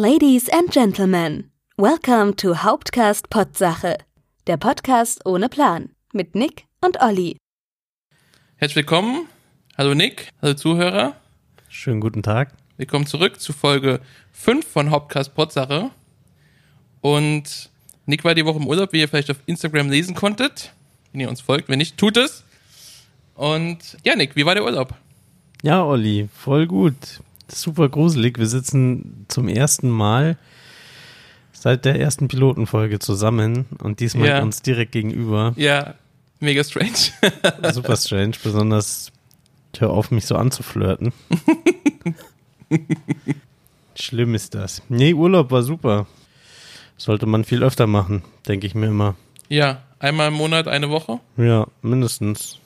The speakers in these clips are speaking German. Ladies and Gentlemen, welcome to Hauptcast Potsache, der Podcast ohne Plan mit Nick und Olli. Herzlich willkommen. Hallo Nick, hallo Zuhörer. Schönen guten Tag. Willkommen zurück zu Folge 5 von Hauptcast Potsache. Und Nick war die Woche im Urlaub, wie ihr vielleicht auf Instagram lesen konntet. Wenn ihr uns folgt, wenn nicht, tut es. Und ja, Nick, wie war der Urlaub? Ja, Olli, voll gut. Super gruselig. Wir sitzen zum ersten Mal seit der ersten Pilotenfolge zusammen und diesmal Ja. uns direkt gegenüber. Ja, mega strange. Super strange, besonders ich hör auf, mich so anzuflirten. Schlimm ist das. Nee, Urlaub war super. Sollte man viel öfter machen, denke ich mir immer. ja, einmal im Monat, eine Woche. Ja, mindestens.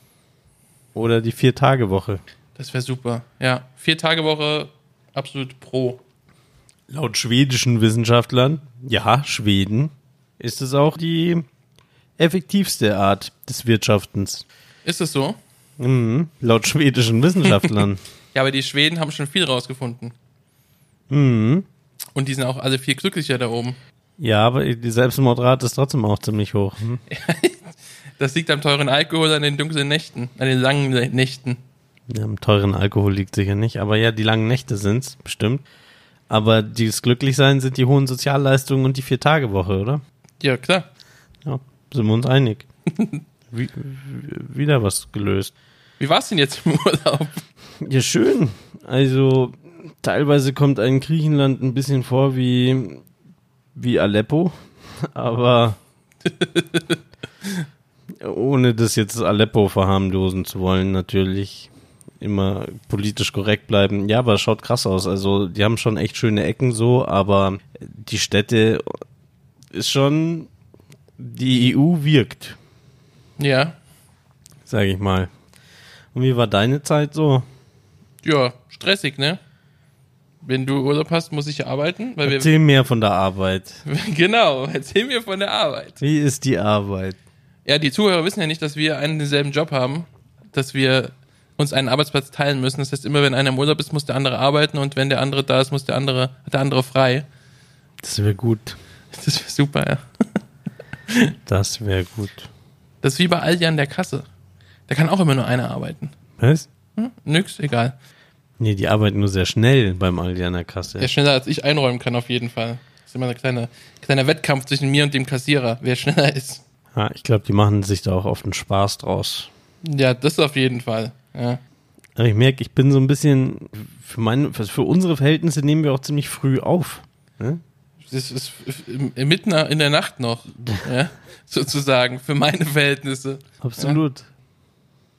Oder die Vier-Tage-Woche. Das wäre super. Ja, vier Tage Woche, absolut pro. Laut schwedischen Wissenschaftlern, ja, Schweden, ist es auch die effektivste Art des Wirtschaftens. Ist es so? Mhm. Laut schwedischen Wissenschaftlern. Ja, aber die Schweden haben schon viel rausgefunden. mhm. Und die sind auch alle viel glücklicher da oben. Ja, aber die Selbstmordrate ist trotzdem auch ziemlich hoch. Hm? Das liegt am teuren Alkohol, an den dunklen Nächten, an den langen Le- Nächten. Ja, am teuren Alkohol liegt sicher nicht. Aber ja, die langen Nächte sind's, bestimmt. Aber dieses Glücklichsein sind die hohen Sozialleistungen und die Vier-Tage-Woche, oder? Ja, klar. Ja, sind wir uns einig. Wie, wie- wieder was gelöst. Wie war's denn jetzt im Urlaub? Ja, schön. Also teilweise kommt ein Griechenland ein bisschen vor wie, wie Aleppo, aber ohne das jetzt Aleppo verharmlosen zu wollen, natürlich immer politisch korrekt bleiben. Ja, aber schaut krass aus. Also die haben schon echt schöne Ecken so, aber die Städte ist schon, die EU wirkt, Ja, sage ich mal. Und wie war deine Zeit so? ja, stressig, ne? Wenn du Urlaub hast, muss ich ja arbeiten, weil wir Erzähl mehr von der Arbeit. genau erzähl mir von der Arbeit. Wie ist die Arbeit? Ja, die Zuhörer wissen ja nicht, dass wir einen denselben Job haben, dass wir uns einen Arbeitsplatz teilen müssen. Das heißt, immer wenn einer im Urlaub ist, muss der andere arbeiten und wenn der andere da ist, muss der andere hat der andere frei. Das wäre gut. Das ist super. Ja. Das wäre gut. Das ist wie bei Aldi an der Kasse. Da kann auch immer nur einer arbeiten. Was? Nix, egal. Nee, die arbeiten nur sehr schnell beim Aldi an der Kasse. Der schneller als ich einräumen kann, auf jeden Fall. Das ist immer ein kleiner, kleiner Wettkampf zwischen mir und dem Kassierer, wer schneller ist. Ja, ich glaube, die machen sich da auch oft einen Spaß draus. Ja, das auf jeden Fall. Ja. Aber ich merke, ich bin so ein bisschen, für, meine, für- für unsere Verhältnisse nehmen wir auch ziemlich früh auf. Ne? Das ist im- im- mitten in der Nacht noch, ja, sozusagen, für meine Verhältnisse. Absolut.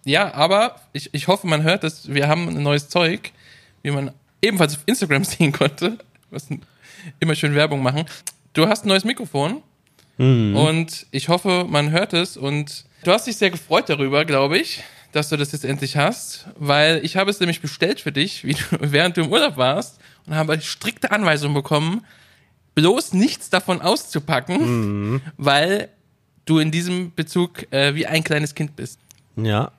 Ja, aber ich, ich hoffe, man hört, dass wir haben ein neues Zeug, wie man ebenfalls auf Instagram sehen konnte. Was n- immer schön Werbung machen. Du hast ein neues Mikrofon und ich hoffe, man hört es. Und du hast dich sehr gefreut darüber, glaube ich, dass du das jetzt endlich hast, weil ich habe es nämlich bestellt für dich, wie du, während du im Urlaub warst und habe strikte Anweisungen bekommen, bloß nichts davon auszupacken, weil du in diesem Bezug äh, wie ein kleines Kind bist. Ja.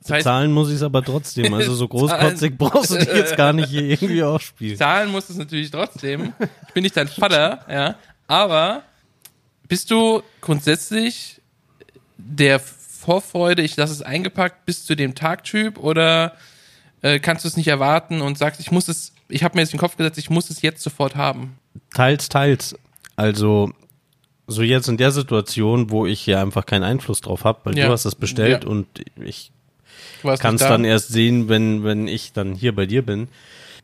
Das heißt, Zahlen muss ich es aber trotzdem. Also so großkotzig brauchst du die jetzt gar nicht hier irgendwie aufspielen. Zahlen musst du es natürlich trotzdem. Ich bin nicht dein Vater, ja. Aber bist du grundsätzlich der Vorfreude, ich lasse es eingepackt, bis zu dem Tagtyp oder äh, kannst du es nicht erwarten und sagst, ich muss es, ich habe mir jetzt in den Kopf gesetzt, ich muss es jetzt sofort haben. Teils, teils. Also so jetzt in der Situation, wo ich hier einfach keinen Einfluss drauf habe, weil Ja. du hast das bestellt Ja. und ich Du warst kannst nicht da. dann erst sehen, wenn, wenn ich dann hier bei dir bin.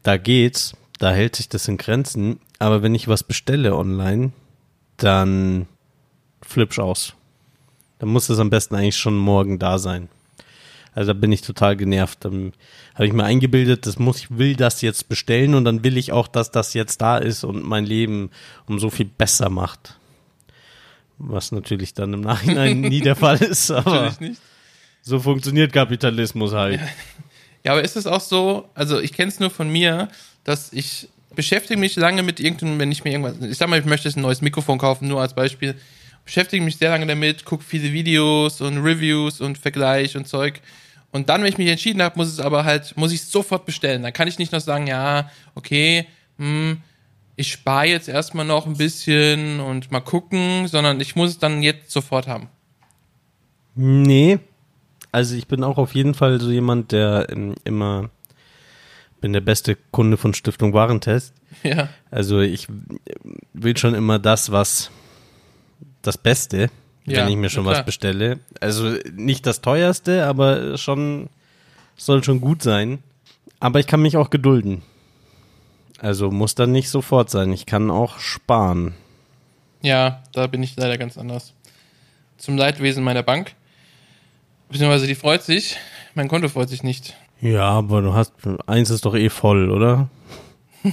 Da geht's, da hält sich das in Grenzen. Aber wenn ich was bestelle online, dann flipsch aus. Dann muss das am besten eigentlich schon morgen da sein. Also da bin ich total genervt. Dann habe ich mir eingebildet, das muss, ich will das jetzt bestellen und dann will ich auch, dass das jetzt da ist und mein Leben um so viel besser macht. Was natürlich dann im Nachhinein nie der Fall ist, aber Natürlich nicht. so funktioniert Kapitalismus halt. Ja, aber ist es auch so, also ich kenne es nur von mir, dass ich beschäftige mich lange mit irgendeinem, wenn ich mir irgendwas, ich sag mal, ich möchte jetzt ein neues Mikrofon kaufen, nur als Beispiel, beschäftige mich sehr lange damit, gucke viele Videos und Reviews und Vergleich und Zeug. Und dann, wenn ich mich entschieden habe, muss es aber halt, muss ich es sofort bestellen. Dann kann ich nicht noch sagen, ja, okay, hm, ich spare jetzt erstmal noch ein bisschen und mal gucken, sondern ich muss es dann jetzt sofort haben. Nee. Also ich bin auch auf jeden Fall so jemand, der ähm, immer bin der beste Kunde von Stiftung Warentest. Ja. Also ich will schon immer das, was das Beste, Ja, wenn ich mir schon na was klar. bestelle. Also nicht das teuerste, aber schon soll schon gut sein. Aber ich kann mich auch gedulden. Also muss dann nicht sofort sein. Ich kann auch sparen. Ja, da bin ich leider ganz anders. Zum Leidwesen meiner Bank. Beziehungsweise die freut sich, mein Konto freut sich nicht. Ja, aber du hast eins ist doch eh voll, oder?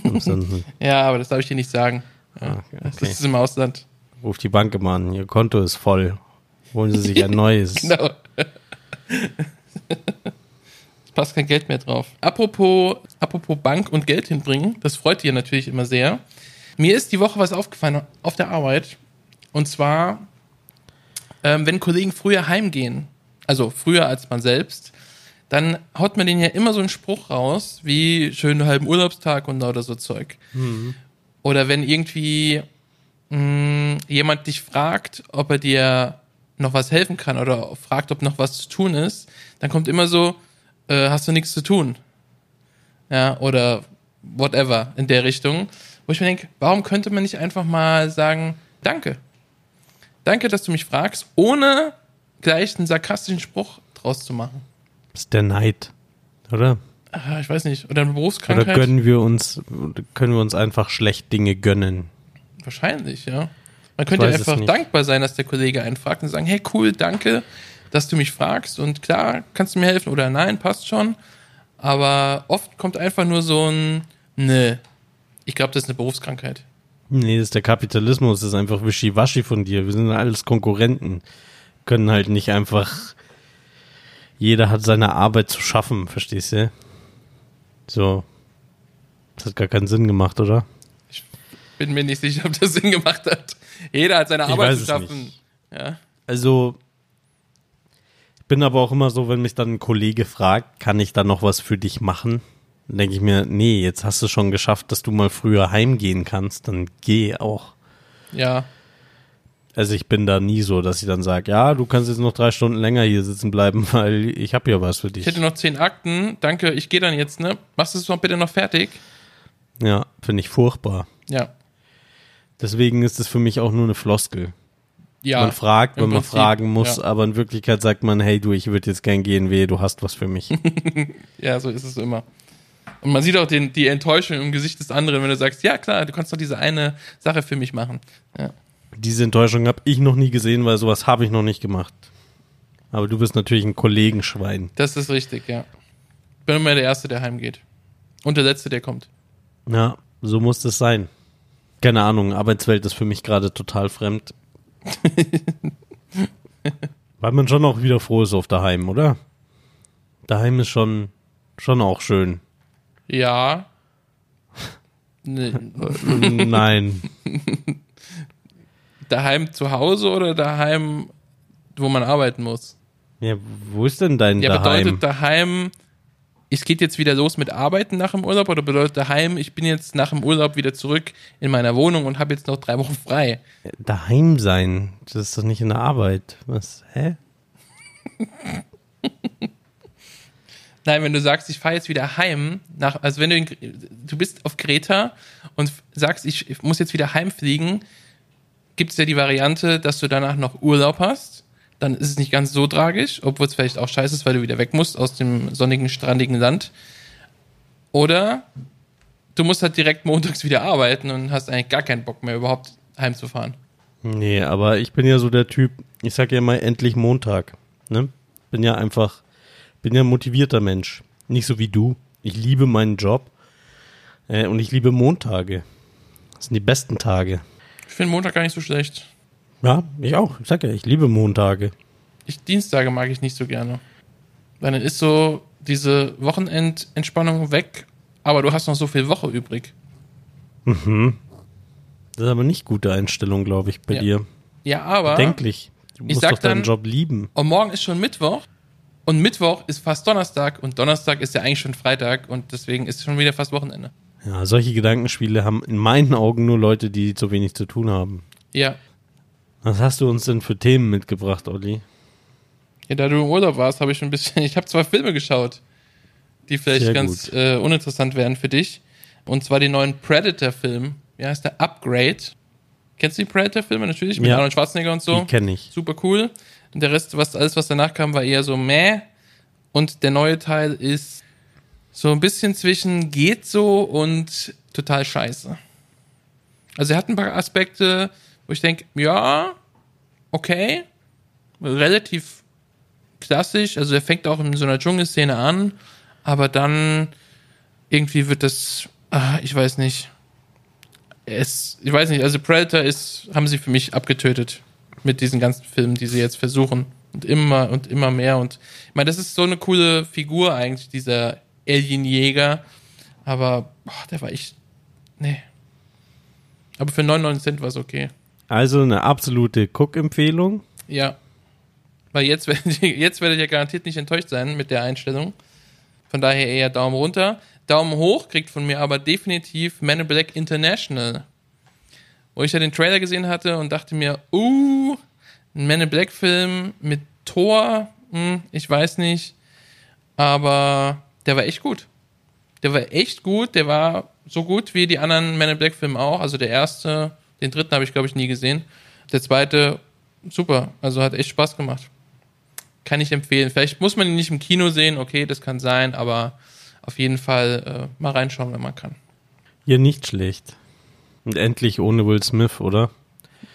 Und dann- Ja, aber das darf ich dir nicht sagen. Ah, Das okay. ist im Ausland. Ruft die Bank immer an. Ihr Konto ist voll. Holen Sie sich ein neues. Genau. Es passt kein Geld mehr drauf. Apropos, apropos Bank und Geld hinbringen, das freut ihr natürlich immer sehr. Mir ist die Woche was aufgefallen auf der Arbeit. Und zwar, ähm, wenn Kollegen früher heimgehen, also früher als man selbst, dann haut man denen ja immer so einen Spruch raus, wie schönen halben Urlaubstag und lauter so Zeug. Oder wenn irgendwie mh, jemand dich fragt, ob er dir noch was helfen kann oder fragt, ob noch was zu tun ist, dann kommt immer so, äh, hast du nichts zu tun? Ja, oder whatever in der Richtung. Wo ich mir denke, warum könnte man nicht einfach mal sagen, danke. Danke, dass du mich fragst, ohne gleich einen sarkastischen Spruch draus zu machen. ist der Neid, oder? Ah, Ich weiß nicht. Oder eine Oder Berufskrankheit. gönnen wir uns, können wir uns einfach schlecht Dinge gönnen? Wahrscheinlich, ja. Man könnte weiß es einfach nicht. dankbar sein, dass der Kollege einen fragt und sagen, hey cool, danke, dass du mich fragst und klar, kannst du mir helfen oder nein, passt schon. Aber oft kommt einfach nur so ein, ne, ich glaube, das ist eine Berufskrankheit. Nee, das ist der Kapitalismus, das ist einfach Wischiwaschi von dir. Wir sind alles Konkurrenten. Können halt nicht einfach. Jeder hat seine Arbeit zu schaffen, verstehst du? So. Das hat gar keinen Sinn gemacht, oder? Bin mir nicht sicher, ob das Sinn gemacht hat. Jeder hat seine Ich Arbeit weiß zu es schaffen. nicht. Ja. Also. Ich bin aber auch immer so, wenn mich dann ein Kollege fragt, kann ich da noch was für dich machen? Dann denke ich mir, nee, jetzt hast du schon geschafft, dass du mal früher heimgehen kannst, dann geh auch. ja, Also ich bin da nie so, dass ich dann sage, ja, du kannst jetzt noch drei Stunden länger hier sitzen bleiben, weil ich habe hier was für ich dich. hätte noch zehn Akten, danke, ich gehe dann jetzt, ne? Machst du es noch bitte noch fertig? Ja, finde ich furchtbar. Ja, Deswegen ist es für mich auch nur eine Floskel. ja. man fragt, im wenn man Prinzip, fragen muss, Ja, aber in Wirklichkeit sagt man, hey du, ich würde jetzt gern gehen, wehe, du hast was für mich. ja so ist es immer. Und man sieht auch den, die Enttäuschung im Gesicht des anderen, wenn du sagst, ja klar, du kannst doch diese eine Sache für mich machen. Ja, Diese Enttäuschung habe ich noch nie gesehen, weil sowas habe ich noch nicht gemacht. Aber du bist natürlich ein Kollegenschwein. das ist richtig, ja. Bin immer der Erste, der heimgeht. Und der Letzte, der kommt. Ja, so muss das sein. Keine Ahnung, Arbeitswelt ist für mich gerade total fremd. Weil man schon auch wieder froh ist auf daheim, oder? Daheim ist schon, schon auch schön. Ja. Ne, Nee. Nein, daheim zu Hause oder daheim, wo man arbeiten muss? ja, wo ist denn dein Ja, daheim? bedeutet daheim, es geht jetzt wieder los mit Arbeiten nach dem Urlaub oder bedeutet daheim, ich bin jetzt nach dem Urlaub wieder zurück in meiner Wohnung und habe jetzt noch drei Wochen frei? daheim sein, das ist doch nicht in der Arbeit. Was? Hä? Nein, wenn du sagst, ich fahre jetzt wieder heim, nach, also wenn du, in, du bist auf Kreta und f- sagst, ich, ich muss jetzt wieder heimfliegen, gibt es ja die Variante, dass du danach noch Urlaub hast. Dann ist es nicht ganz so tragisch, obwohl es vielleicht auch scheiße ist, weil du wieder weg musst aus dem sonnigen, strandigen Land. Oder du musst halt direkt montags wieder arbeiten und hast eigentlich gar keinen Bock mehr, überhaupt heimzufahren. Nee, aber ich bin ja so der Typ, ich sag ja immer endlich Montag, ne? Bin ja einfach, bin ja ein motivierter Mensch. Nicht so wie du. Ich liebe meinen Job. Äh, und ich liebe Montage. Das sind die besten Tage. Ich finde Montag gar nicht so schlecht. Ja, ich auch. Ich sag ja, ich liebe Montage. Ich, Dienstage mag ich nicht so gerne. Weil dann ist so diese Wochenendentspannung weg, aber du hast noch so viel Woche übrig. Das ist aber nicht gute Einstellung, glaube ich, bei Ja. dir. Ja, aber Denklich. Du musst sag doch deinen dann- Job lieben. und morgen ist schon Mittwoch und Mittwoch ist fast Donnerstag und Donnerstag ist ja eigentlich schon Freitag und deswegen ist schon wieder fast Wochenende. Ja, solche Gedankenspiele haben in meinen Augen nur Leute, die zu wenig zu tun haben. Ja. Was hast du uns denn für Themen mitgebracht, Olli? Ja, da du im Urlaub warst, habe ich ein bisschen. Ich habe zwar Filme geschaut, die vielleicht Sehr ganz gut. äh, uninteressant wären für dich. Und zwar den neuen Predator-Film. Wie heißt der? Upgrade. Kennst du die Predator-Filme natürlich? Mit Ja. Arnold Schwarzenegger und so. Die kenne ich. Super cool. Und der Rest, was alles, was danach kam, war eher so meh. Und der neue Teil ist so ein bisschen zwischen geht so und total scheiße. Also er hat ein paar Aspekte, wo ich denke, ja, okay, relativ klassisch. Also er fängt auch in so einer Dschungelszene an, aber dann irgendwie wird das, ah, ich weiß nicht. Es, ich weiß nicht, also Predator ist, haben sie für mich abgetötet mit diesen ganzen Filmen, die sie jetzt versuchen. Und immer und immer mehr. Und ich meine, das ist so eine coole Figur eigentlich, dieser Alienjäger. Aber boah, der war echt. Nee. Aber für 99 Cent war es okay. Also eine absolute Cook-Empfehlung. Ja. Weil jetzt, werdet ihr- jetzt werdet ihr garantiert nicht enttäuscht sein mit der Einstellung. Von daher eher Daumen runter. Daumen hoch kriegt von mir aber definitiv Men in Black International. Wo ich ja den Trailer gesehen hatte und dachte mir, uh, ein Men in Black Film mit Thor, hm, ich weiß nicht. Aber der war echt gut. Der war echt gut, der war so gut wie die anderen Men in Black Filme auch. Also der erste, den dritten habe ich glaube ich nie gesehen. Der zweite super. Also hat echt Spaß gemacht. Kann ich empfehlen. Vielleicht muss man ihn nicht im Kino sehen, okay, das kann sein, aber auf jeden Fall äh, mal reinschauen, wenn man kann. Ja, nicht schlecht. Und endlich ohne Will Smith, oder?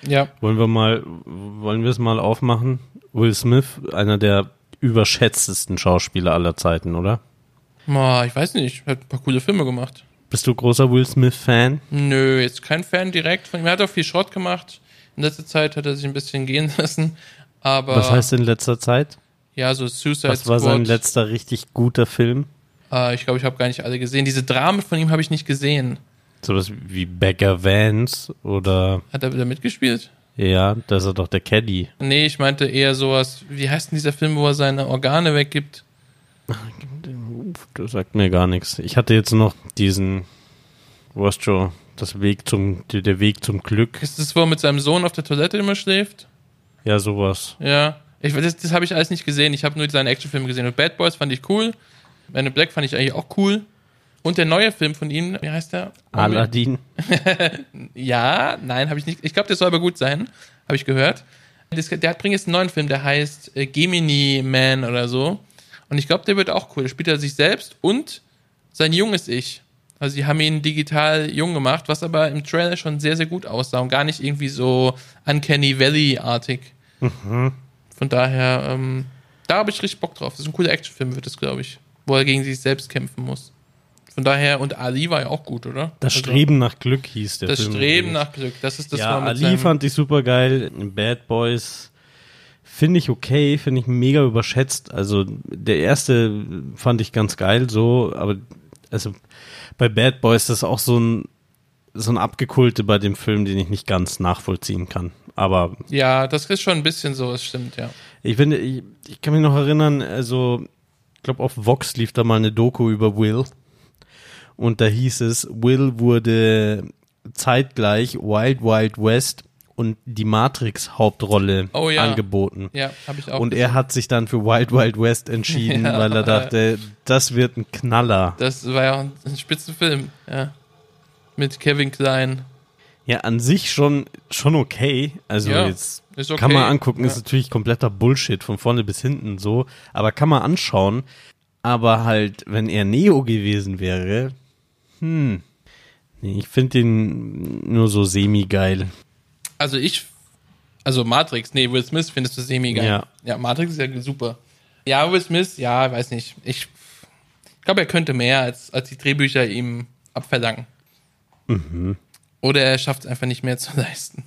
Ja, Wollen wir mal, wollen wir es mal aufmachen? Will Smith, einer der überschätztesten Schauspieler aller Zeiten, oder? Ma, ich weiß nicht, hat ein paar coole Filme gemacht. Bist du großer Will Smith-Fan? Nö, jetzt kein Fan direkt von ihm. Er hat auch viel Schrott gemacht. In letzter Zeit hat er sich ein bisschen gehen lassen. Aber Was heißt in letzter Zeit? ja, so Suicide Was war Squad. sein letzter richtig guter Film? Äh, ich glaube, ich habe gar nicht alle gesehen. Diese Dramen von ihm habe ich nicht gesehen. Sowas wie Beggar Vance oder Hat er wieder mitgespielt? ja, das ist doch der Caddy. Nee, ich meinte eher sowas, wie heißt denn dieser Film, wo er seine Organe weggibt? Das sagt mir gar nichts. Ich hatte jetzt noch diesen, weißt schon, das Weg zum, der Weg zum Glück. Ist das, wo er mit seinem Sohn auf der Toilette immer schläft? Ja, sowas. Ja. Ich, weiß, das das habe ich alles nicht gesehen. Ich habe nur seine Actionfilme gesehen. Und Bad Boys fand ich cool. Man in Black fand ich eigentlich auch cool. Und der neue Film von ihnen, wie heißt der? Aladdin. Ja, nein, habe ich nicht. Ich glaube, der soll aber gut sein, habe ich gehört. Das, der hat bringt jetzt einen neuen Film, der heißt äh, Gemini Man oder so. Und ich glaube, der wird auch cool. Da spielt er sich selbst und sein junges Ich. Also sie haben ihn digital jung gemacht, was aber im Trailer schon sehr, sehr gut aussah und gar nicht irgendwie so Uncanny Valley-artig. Von daher, ähm, da habe ich richtig Bock drauf. Das ist ein cooler Actionfilm, wird das, glaube ich. Wo er gegen sich selbst kämpfen muss. Von daher, und Ali war ja auch gut, oder? Das Also- Streben nach Glück hieß der das Film. Streben übrigens. nach Glück, das ist das ja, war mit Ali seinem- fand ich super geil. Bad Boys finde ich okay, finde ich mega überschätzt. Also der erste fand ich ganz geil so, aber also bei Bad Boys das ist auch so ein so ein Abgekulte bei dem Film, den ich nicht ganz nachvollziehen kann. Aber Ja, das ist schon ein bisschen so, das stimmt, ja. ich finde, ich, ich kann mich noch erinnern, also ich glaube auf Vox lief da mal eine Doku über Will und da hieß es, Will wurde zeitgleich Wild Wild West und die Matrix Hauptrolle Oh ja. angeboten. Ja, habe ich auch. Und er hat sich dann für Wild Wild West entschieden, Ja. weil er dachte, das wird ein Knaller. das war ja auch ein, ein Spitzenfilm, ja. Mit Kevin Klein. Ja, an sich schon, schon okay. Also Ja, jetzt ist okay. kann man angucken, Ja. ist natürlich kompletter Bullshit von vorne bis hinten so, aber kann man anschauen. Aber halt, wenn er Neo gewesen wäre, hm. Nee, ich finde den nur so semi-geil. Also ich, also Matrix, nee, Will Smith findest du semi geil. Ja. ja, Matrix ist ja super. Ja, Will Smith, ja, weiß nicht. Ich, ich glaube, er könnte mehr, als, als die Drehbücher ihm abverlangen. Mhm. Oder er schafft es einfach nicht mehr zu leisten.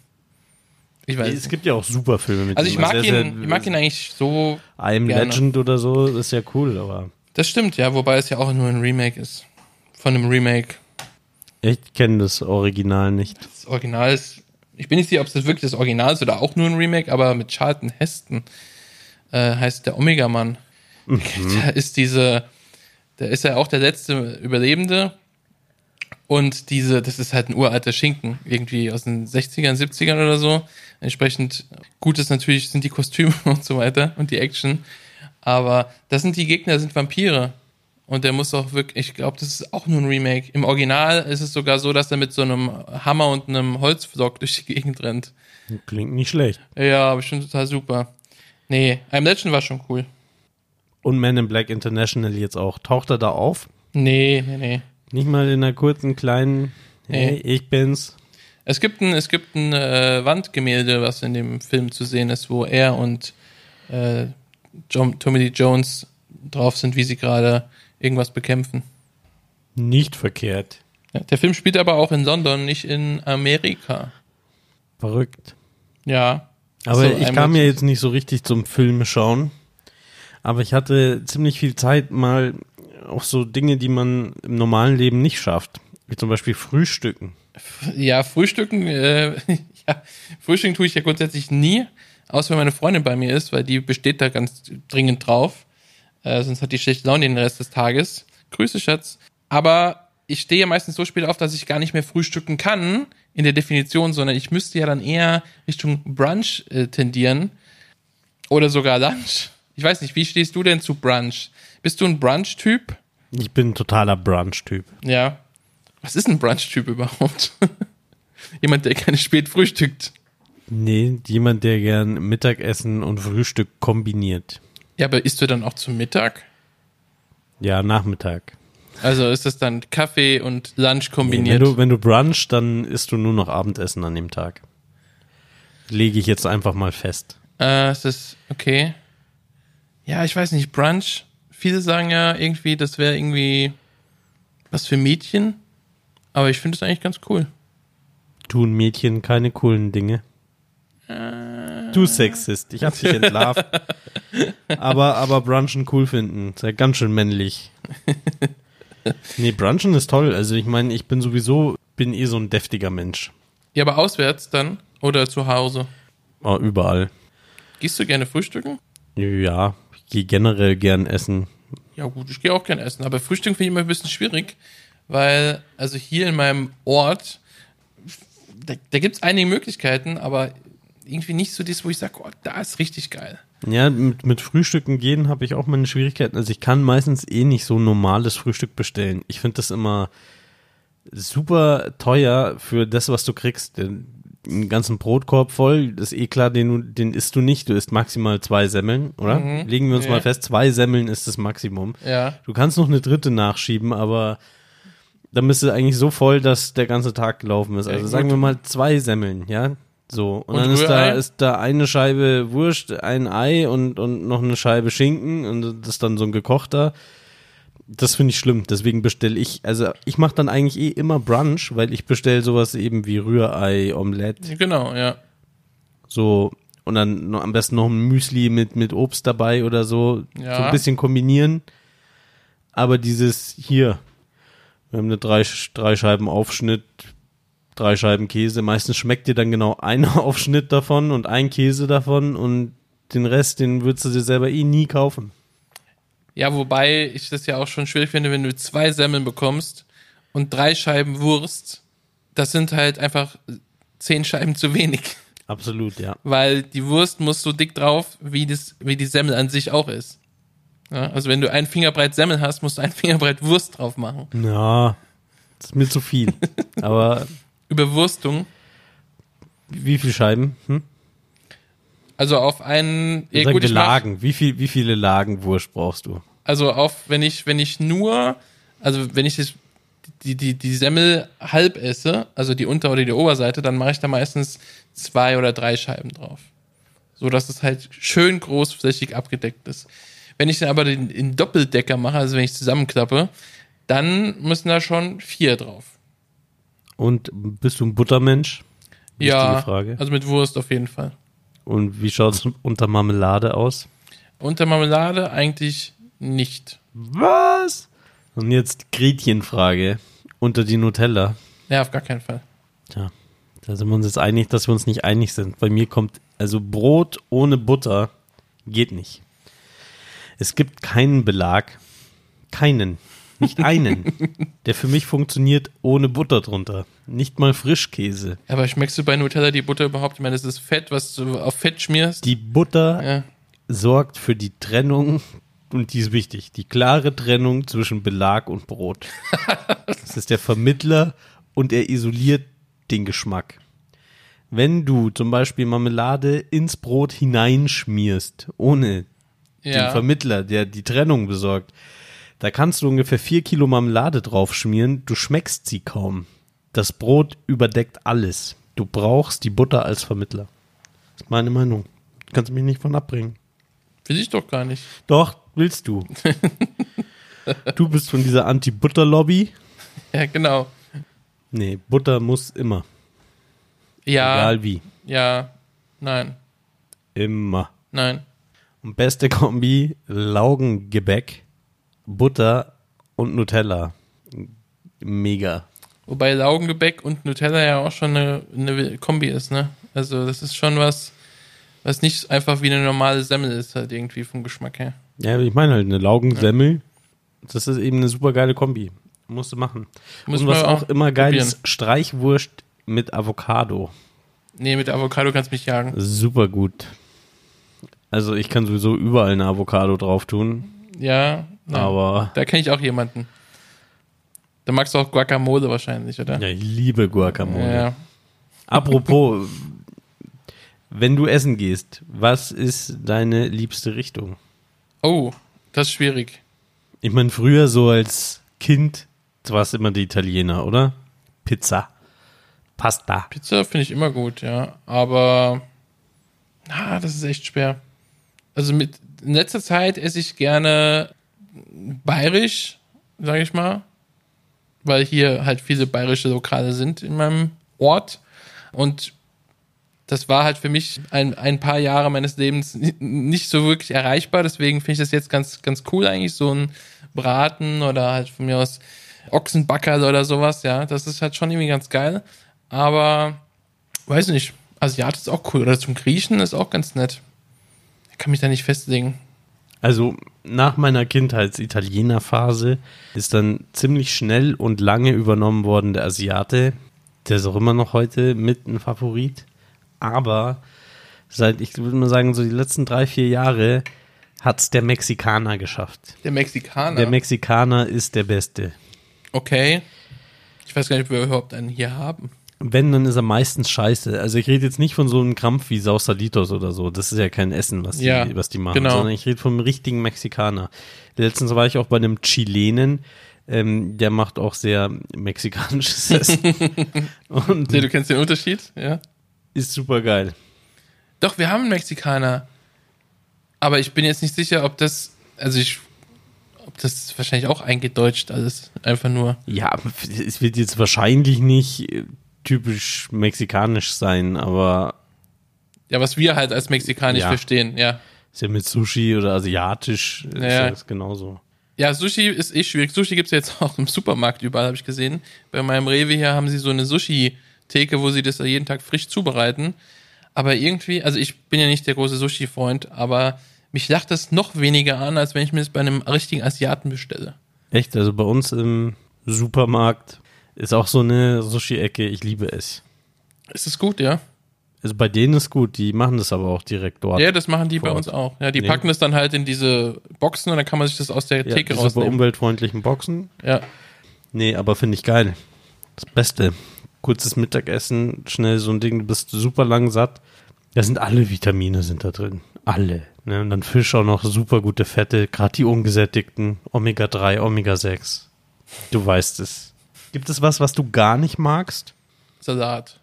Ich weiß. Es nicht. gibt ja auch super Filme mit Also ich ihm. mag, er ist ihn, ja- ich mag ihn eigentlich so. I'm gerne. Legend oder so, das ist ja cool, aber Das stimmt, ja, wobei es ja auch nur ein Remake ist. Von einem Remake. ich kenne das Original nicht. Das Original ist. Ich bin nicht sicher, ob es das wirklich das Original ist oder auch nur ein Remake, aber mit Charlton Heston äh, heißt der Omega-Mann. Da ist diese. Da ist er auch der letzte Überlebende. Und diese, das ist halt ein uralter Schinken, irgendwie aus den 60ern, 70ern oder so. Entsprechend gut ist natürlich, sind die Kostüme und so weiter und die Action. Aber das sind die Gegner, das sind Vampire. Und der muss auch wirklich, ich glaube, das ist auch nur ein Remake. Im Original ist es sogar so, dass er mit so einem Hammer und einem Holzflock durch die Gegend rennt. Klingt nicht schlecht. Ja, bestimmt total super. Nee, I'm Legend war schon cool. Und Man in Black International jetzt auch. Taucht er da auf? Nee, nee, nee. Nicht mal in einer kurzen, kleinen, hey, Nee. ich bin's. Es gibt ein, es gibt ein äh, Wandgemälde, was in dem Film zu sehen ist, wo er und äh, John, Tommy Lee Jones drauf sind, wie sie gerade irgendwas bekämpfen. Nicht verkehrt. Ja, der Film spielt aber auch in London, nicht in Amerika. Verrückt. Ja. Aber So, ich I'm kam ja Legend. jetzt nicht so richtig zum Film schauen. Aber ich hatte ziemlich viel Zeit mal auf so Dinge, die man im normalen Leben nicht schafft. Wie zum Beispiel Frühstücken. Ja, Frühstücken, äh, ja, Frühstücken tue ich ja grundsätzlich nie, außer wenn meine Freundin bei mir ist, weil die besteht da ganz dringend drauf. Äh, sonst hat die schlechte Laune den Rest des Tages. Grüße, Schatz. Aber ich stehe ja meistens so spät auf, dass ich gar nicht mehr frühstücken kann, in der Definition, sondern ich müsste ja dann eher Richtung Brunch äh, tendieren. Oder sogar Lunch. Ich weiß nicht, wie stehst du denn zu Brunch? Bist du ein Brunch-Typ? Ich bin ein totaler Brunch-Typ. Ja. Was ist ein Brunch-Typ überhaupt? Jemand, der gerne spät frühstückt. Nee, jemand, der gern Mittagessen und Frühstück kombiniert. Ja, aber isst du dann auch zum Mittag? Ja, Nachmittag. Also ist das dann Kaffee und Lunch Wenn kombiniert? du, wenn du brunch, dann isst du nur noch Abendessen an dem Tag. Lege ich jetzt einfach mal fest. äh, ist das okay? Ja, ich weiß nicht, Brunch. Viele sagen ja irgendwie, das wäre irgendwie was für Mädchen. Aber ich finde es eigentlich ganz cool. Tun Mädchen keine coolen Dinge. Du Sexist, ich hab dich entlarvt. aber, aber Brunchen cool finden, sei ganz schön männlich. Nee, Brunchen ist toll. Also ich meine, ich bin sowieso, bin eh so ein deftiger Mensch. Ja, aber auswärts dann oder zu Hause. Oh, überall. Gehst du gerne frühstücken? Ja, ich gehe generell gern essen. Ja gut, ich gehe auch gerne essen, aber Frühstück finde ich immer ein bisschen schwierig, weil also hier in meinem Ort, da, da gibt es einige Möglichkeiten, aber irgendwie nicht so das, wo ich sage, oh, da ist richtig geil. Ja, mit, mit Frühstücken gehen habe ich auch meine Schwierigkeiten. Also ich kann meistens eh nicht so normales Frühstück bestellen. Ich finde das immer super teuer für das, was du kriegst. Den, den ganzen Brotkorb voll, das ist eh klar, den, du- den isst du nicht. Du isst maximal zwei Semmeln, oder? Legen wir uns Mhm. Ja. mal fest, zwei Semmeln ist das Maximum. Ja. Du kannst noch eine dritte nachschieben, aber dann bist du eigentlich so voll, dass der ganze Tag gelaufen ist. Also gut. sagen wir mal zwei Semmeln, ja? So. Und, Und dann ist da, Rührei? ist da eine Scheibe Wurst, ein Ei und, und noch eine Scheibe Schinken und das ist dann so ein gekochter. Das finde ich schlimm, deswegen bestelle ich, also ich mache dann eigentlich eh immer Brunch, weil ich bestelle sowas eben wie Rührei, Omelette, Genau, ja. so und dann noch, am besten noch ein Müsli mit, mit Obst dabei oder so. Ja. So ein bisschen kombinieren. Aber dieses hier, wir haben eine drei, drei Scheiben Aufschnitt, drei Scheiben Käse. Meistens schmeckt dir dann genau ein Aufschnitt davon und ein Käse davon und den Rest, den würdest du dir selber eh nie kaufen. Ja, wobei ich das ja auch schon schwierig finde, wenn du zwei Semmeln bekommst und drei Scheiben Wurst, das sind halt einfach zehn Scheiben zu wenig, Absolut, ja. weil die Wurst muss so dick drauf, wie, das, wie die Semmel an sich auch ist. Ja, also wenn du ein Fingerbreit Semmel hast, musst du ein Fingerbreit Wurst drauf machen. Ja, ist mir zu viel. Aber Überwurstung. wie viele Scheiben? Hm? Also auf einen, ja, Sagen gut, wir ich mach, Lagen. Wie, viel, wie viele Lagen Wurst brauchst du? also auf, wenn ich, wenn ich nur, also wenn ich das, die, die, die Semmel halb esse, also die Unter- oder die Oberseite, dann mache ich da meistens zwei oder drei Scheiben drauf. So dass es halt schön großflächig abgedeckt ist. Wenn ich dann aber den, den Doppeldecker mache, also wenn ich zusammenklappe, dann müssen da schon vier drauf. Und bist du ein Buttermensch? Wichtige ja, Frage. also mit Wurst auf jeden Fall. Und wie schaut's unter Marmelade aus? Unter Marmelade eigentlich nicht. Was? Und jetzt Gretchenfrage. Unter die Nutella. Ja, auf gar keinen Fall. Tja, da sind wir uns jetzt einig, dass wir uns nicht einig sind. Bei mir kommt, also Brot ohne Butter geht nicht. Es gibt keinen Belag. Keinen. Nicht einen, der für mich funktioniert ohne Butter drunter. Nicht mal Frischkäse. Aber schmeckst du bei Nutella die Butter überhaupt? Ich meine, das ist Fett, was du auf Fett schmierst. Die Butter ja. sorgt für die Trennung, und die ist wichtig, die klare Trennung zwischen Belag und Brot. das ist der Vermittler und er isoliert den Geschmack. Wenn du zum Beispiel Marmelade ins Brot hineinschmierst, ohne den ja. Vermittler, der die Trennung besorgt. Da kannst du ungefähr vier Kilo Marmelade drauf schmieren, du schmeckst sie kaum. Das Brot überdeckt alles. Du brauchst die Butter als Vermittler. Das ist meine Meinung. Kannst mich nicht von abbringen. Will ich doch gar nicht. Doch, willst du. du bist von dieser Anti-Butter-Lobby. Ja, genau. Nee, Butter muss immer. Ja. Egal wie. Ja. Nein. Immer. Nein. Und beste Kombi: Laugengebäck, Butter und Nutella. Mega. Wobei Laugengebäck und Nutella ja auch schon eine, eine Kombi ist, ne? Also das ist schon was, was nicht einfach wie eine normale Semmel ist, halt irgendwie vom Geschmack her. Ja, ich meine halt, eine Laugensemmel, das ist eben eine super geile Kombi. Musst du machen. Muss Und man was auch immer geil probieren. ist, Streichwurst mit Avocado. Nee, mit Avocado kannst mich jagen. Super gut. Also ich kann sowieso überall eine Avocado drauf tun, Ja, nein. aber Da kenne ich auch jemanden. Da magst du auch Guacamole wahrscheinlich, oder? ja, ich liebe Guacamole. ja. Apropos, wenn du essen gehst, was ist deine liebste Richtung? Oh, das ist schwierig. Ich meine, früher so als Kind war es immer die Italiener, oder? Pizza. Pasta. Pizza finde ich immer gut, ja. Aber na, das ist echt schwer. Also mit in letzter Zeit esse ich gerne bayerisch, sage ich mal, weil hier halt viele bayerische Lokale sind in meinem Ort und das war halt für mich ein, ein paar Jahre meines Lebens ni- nicht so wirklich erreichbar. Deswegen finde ich das jetzt ganz, ganz cool eigentlich, so ein Braten oder halt von mir aus Ochsenbackerl oder sowas, ja. Das ist halt schon irgendwie ganz geil. Aber weiß nicht, Asiat ist auch cool. Oder zum Griechen ist auch ganz nett. Ich kann mich da nicht festlegen. Also nach meiner Kindheits-Italiener-Phase ist dann ziemlich schnell und lange übernommen worden der Asiate. Der ist auch immer noch heute mit ein Favorit. Aber seit, ich würde mal sagen, so die letzten drei, vier Jahre hat es der Mexikaner geschafft. Der Mexikaner. Der Mexikaner ist der Beste. okay. Ich weiß gar nicht, ob wir überhaupt einen hier Hm. haben. Wenn, dann ist er meistens scheiße. Also ich rede jetzt nicht von so einem Krampf wie Sausalitos oder so. Das ist ja kein Essen, was die, Ja, was die machen, genau. sondern ich rede vom richtigen Mexikaner. Letztens war ich auch bei einem Chilenen, ähm, der macht auch sehr mexikanisches Essen und Nee, du kennst den Unterschied, ja? ist super geil. Doch, wir haben einen Mexikaner. Aber ich bin jetzt nicht sicher, ob das, also ich, ob das wahrscheinlich auch eingedeutscht alles. Einfach nur. Ja, es wird jetzt wahrscheinlich nicht äh, typisch mexikanisch sein, aber Ja, was wir halt als mexikanisch Ja. verstehen, ja. ist ja mit Sushi oder asiatisch äh, ist Ja. ja. das genauso. Ja, Sushi ist eh schwierig. Sushi gibt's ja jetzt auch im Supermarkt überall, habe ich gesehen. Bei meinem Rewe hier haben sie so eine Sushi-Theke, wo sie das jeden Tag frisch zubereiten. Aber irgendwie, also ich bin ja nicht der große Sushi-Freund, aber mich lacht das noch weniger an, als wenn ich mir das bei einem richtigen Asiaten bestelle. Echt, also bei uns im Supermarkt ist auch so eine Sushi-Ecke, ich liebe es. Ist das gut, ja? Also bei denen ist gut, die machen das aber auch direkt dort. Ja, das machen die bei Vor uns Ort. auch. Ja, die Nee. packen das dann halt in diese Boxen und dann kann man sich das aus der Ja, Theke diese bei rausnehmen. umweltfreundlichen Boxen. Ja. Nee, aber finde ich geil. Das Beste. Kurzes Mittagessen, schnell so ein Ding, du bist super lang satt. Da sind alle Vitamine sind da drin. Alle. Ne? Und dann Fisch auch noch, super gute Fette, gerade die ungesättigten, Omega-3, Omega-6. Du weißt es. Gibt es was, was du gar nicht magst? Salat.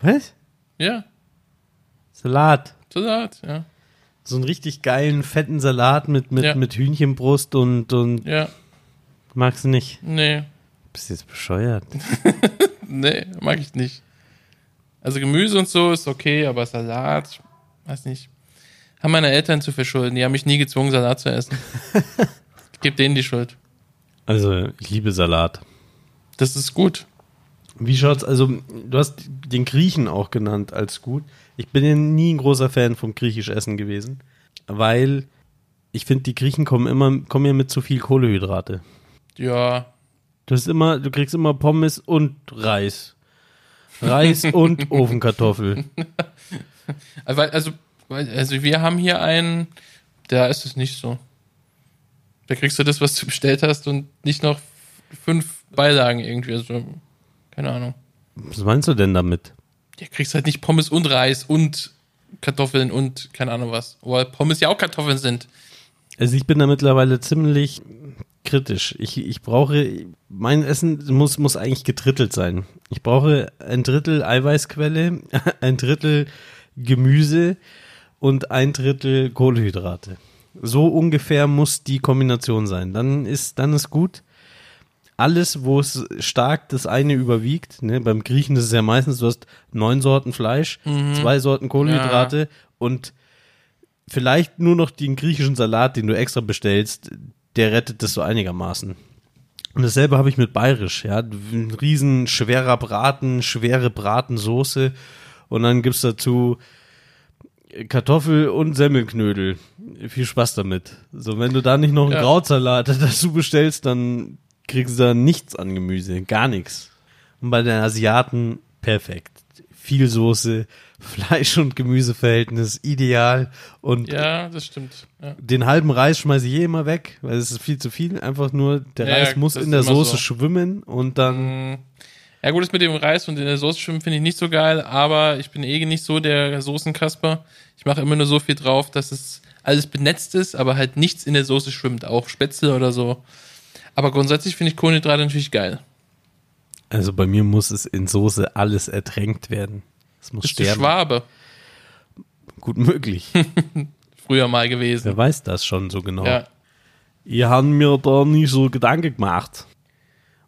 Was? Ja, Salat. Salat, ja. So einen richtig geilen, fetten Salat mit, mit, Ja. mit Hühnchenbrust und, und Ja, magst du nicht. nee. Bist jetzt bescheuert? Nee, mag ich nicht. Also Gemüse und so ist okay, aber Salat, weiß nicht. Haben meine Eltern zu verschulden. Die haben mich nie gezwungen, Salat zu essen. Ich gebe denen die Schuld. Also, ich liebe Salat. Das ist gut. Wie schaut's, also, du hast den Griechen auch genannt als gut. Ich bin ja nie ein großer Fan vom griechisch Essen gewesen, weil ich finde, die Griechen kommen immer, kommen ja mit zu viel Kohlehydrate. Ja, Du hast immer, du kriegst immer Pommes und Reis. Reis und Ofenkartoffel. also, weil- also, weil- also wir haben hier einen, da ist es nicht so. Da kriegst du das, was du bestellt hast und nicht noch fünf Beilagen irgendwie. Also, keine Ahnung. Was meinst du denn damit? Ja, kriegst halt nicht Pommes und Reis und Kartoffeln und keine Ahnung was. Obwohl Pommes ja auch Kartoffeln sind. Also ich bin da mittlerweile ziemlich kritisch. Ich, ich brauche, mein Essen muss, muss eigentlich getrittelt sein. Ich brauche ein Drittel Eiweißquelle, ein Drittel Gemüse und ein Drittel Kohlenhydrate. So ungefähr muss die Kombination sein. Dann ist, dann ist gut. Alles, wo es stark das eine überwiegt, ne, beim Griechen ist es ja meistens, du hast neun Sorten Fleisch, zwei Sorten Kohlenhydrate und vielleicht nur noch den griechischen Salat, den du extra bestellst, der rettet das so einigermaßen. Und dasselbe habe ich mit Bayerisch, ja. Ein riesen schwerer Braten, schwere Bratensoße und dann gibt's dazu Kartoffel und Semmelknödel. Viel Spaß damit. So, wenn du da nicht noch einen Ja. Krautsalat dazu bestellst, dann kriegst du da nichts an Gemüse, gar nichts. Und bei den Asiaten perfekt. Viel Soße, Fleisch- und Gemüseverhältnis ideal und Ja, das stimmt. Ja. den halben Reis schmeiße ich eh immer weg, weil es ist viel zu viel. Einfach nur, der Ja, Reis muss das in ist der immer Soße so. Mhm. schwimmen und dann. Ja, gut, das mit dem Reis und in der Soße schwimmen finde ich nicht so geil, aber ich bin eh nicht so der Soßenkasper. Ich mache immer nur so viel drauf, dass es alles benetzt ist, aber halt nichts in der Soße schwimmt, auch Spätzle oder so. Aber grundsätzlich finde ich Kohlenhydrate natürlich geil. Also bei mir muss es in Soße alles ertränkt werden. Es muss Bist du sterben. Schwabe? Gut möglich. Früher mal gewesen. Wer weiß das schon so genau? Ja. Ich habe mir da nicht so Gedanken gemacht.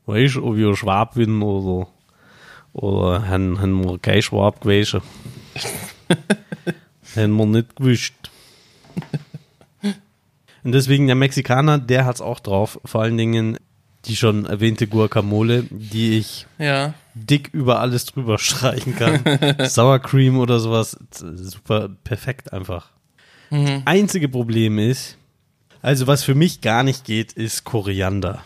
Weißt du, ob ich Schwab bin oder. Oder haben, haben wir kein Schwab gewesen? haben wir nicht gewischt. Und deswegen der Mexikaner, der hat's auch drauf. Vor allen Dingen die schon erwähnte Guacamole, die ich ja. dick über alles drüber streichen kann. Sour Cream oder sowas. Super perfekt einfach. Das einzige Problem ist, also was für mich gar nicht geht, ist Koriander.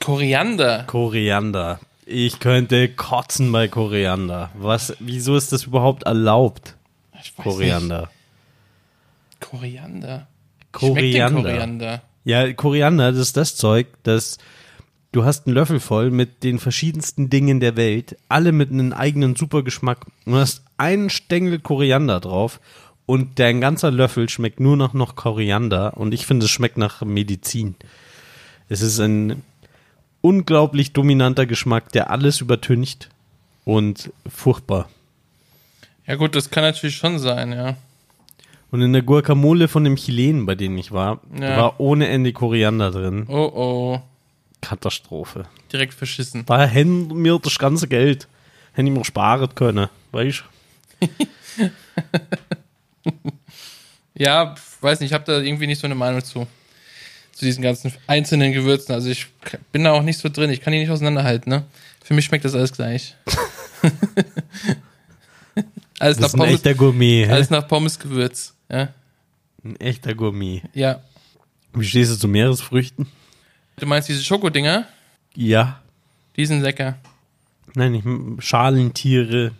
Koriander. Koriander. Ich könnte kotzen bei Koriander. Was, wieso ist das überhaupt erlaubt? Ich weiß Koriander. Nicht. Koriander. Schmeckt denn Koriander. Koriander. Ja, Koriander, das ist das Zeug, das du hast einen Löffel voll mit den verschiedensten Dingen der Welt, alle mit einem eigenen super Geschmack. Du hast einen Stängel Koriander drauf und dein ganzer Löffel schmeckt nur nach noch Koriander und ich finde, es schmeckt nach Medizin. Es ist ein unglaublich dominanter Geschmack, der alles übertüncht und furchtbar. Ja gut, das kann natürlich schon sein, ja. Und in der Guacamole von dem Chilen, bei dem ich war, Ja. war ohne Ende Koriander drin. Oh oh. Katastrophe. Direkt verschissen. Da hätten mir das ganze Geld, hätte ich mir sparen können, weißt Ja, pf, weiß nicht, ich habe da irgendwie nicht so eine Meinung zu. Zu diesen ganzen einzelnen Gewürzen. Also ich k- bin da auch nicht so drin. Ich kann die nicht auseinanderhalten, ne? Für mich schmeckt das alles gleich. alles, du? Das nach Also- ist ein Pommes, echter Gourmet, hä? alles nach Pommesgewürz. Ja. Ein echter Gourmet. ja. Wie stehst du zu Meeresfrüchten? Du meinst diese Schokodinger? Ja. Die sind lecker. Nein, ich, Schalentiere,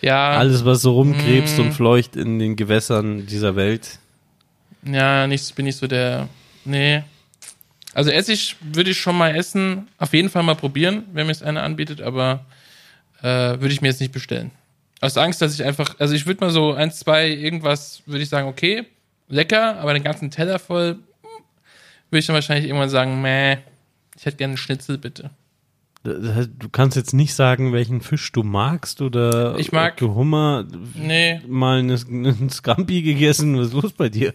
Ja, alles, was so rumkrebst und fleucht in den Gewässern dieser Welt. ja, nicht, bin ich so der. Nee. Also Essig würde ich schon mal essen, auf jeden Fall mal probieren, wenn mir es einer anbietet, aber äh, würde ich mir jetzt nicht bestellen. Aus Angst, dass ich einfach, also ich würde mal so eins, zwei, irgendwas, würde ich sagen, okay, lecker, aber den ganzen Teller voll, hm, würde ich dann wahrscheinlich irgendwann sagen, meh, ich hätte gerne einen Schnitzel, bitte. Das heißt, Du kannst jetzt nicht sagen, welchen Fisch du magst oder Ich mag- ob du Hummer Nee, mal eine- einen Scampi gegessen. Was ist los bei dir?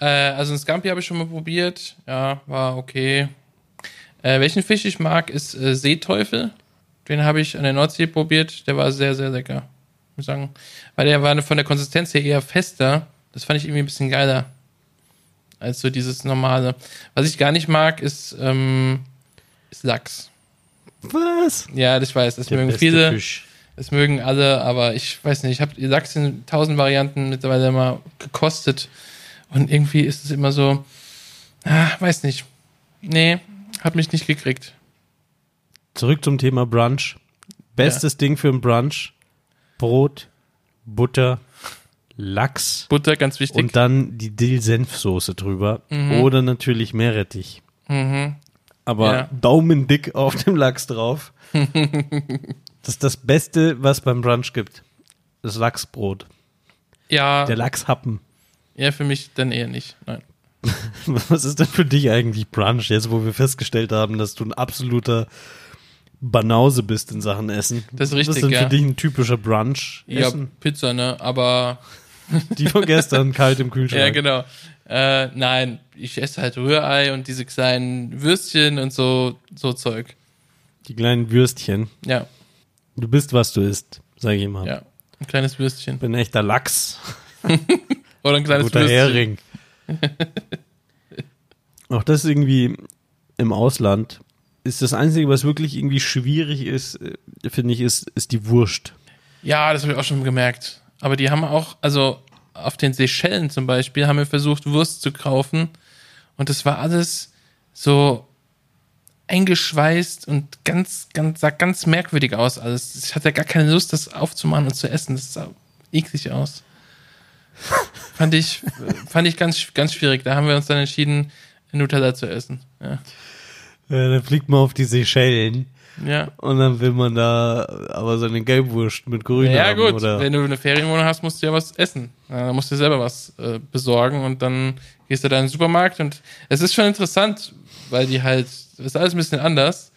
äh, also ein Scampi habe ich schon mal probiert, ja, war okay. Äh, welchen Fisch ich mag, ist äh, Seeteufel. Den habe ich an der Nordsee probiert. Der war sehr, sehr lecker. Muss ich sagen. Weil der war von der Konsistenz her eher fester. Das fand ich irgendwie ein bisschen geiler. Als so dieses normale. Was ich gar nicht mag, ist, ähm, ist Lachs. Was? Ja, ich weiß. Das mögen viele. Das mögen alle, aber ich weiß nicht. Ich habe Lachs in tausend Varianten mittlerweile mal gekostet. Und irgendwie ist es immer so, ah, weiß nicht. Nee, Hat mich nicht gekriegt. Zurück zum Thema Brunch. Bestes Ding für ein Brunch: Brot, Butter, Lachs Butter, ganz wichtig. und dann die Dill-Senfsoße drüber Mhm. oder natürlich Meerrettich. Aber Ja. daumendick auf dem Lachs drauf. das ist das Beste, was beim Brunch gibt. Das Lachsbrot. ja, Der Lachshappen. ja, für mich dann eher nicht. Nein. Was ist denn für dich eigentlich Brunch, jetzt wo wir festgestellt haben, dass du ein absoluter Banause bist in Sachen Essen? Das ist Was richtig, ist denn ja. für dich ein typischer Brunch? Ja, Essen? Pizza, ne? Aber Die von gestern kalt im Kühlschrank. Ja, genau. Äh, nein, ich esse halt Rührei und diese kleinen Würstchen und so, so Zeug. Die kleinen Würstchen. Ja, Du bist, was du isst, sage ich immer. ja. Ein kleines Würstchen. Bin ein echter Lachs. Oder ein kleines Guter Würstchen. Hering. Auch das ist irgendwie im Ausland ist das Einzige, was wirklich irgendwie schwierig ist, äh, finde ich, ist, ist die Wurst. Ja, das habe ich auch schon gemerkt. Aber die haben auch, also auf den Seychellen zum Beispiel, haben wir versucht, Wurst zu kaufen. Und das war alles so eingeschweißt und ganz, ganz, sah ganz merkwürdig aus. Also ich hatte gar keine Lust, das aufzumachen und zu essen. Das sah eklig aus. fand ich, fand ich ganz, ganz schwierig. Da haben wir uns dann entschieden, Nutella zu essen. Ja. Ja, dann Äh, fliegt man auf die Seychellen Ja. und dann will man da aber so eine Gelbwurst mit Grün Ja, haben. gut. Oder Wenn du eine Ferienwohnung hast, musst du ja was essen. Ja, Dann musst du dir selber was äh, besorgen und dann gehst du da in den Supermarkt und es ist schon interessant, weil die halt, es ist alles ein bisschen anders,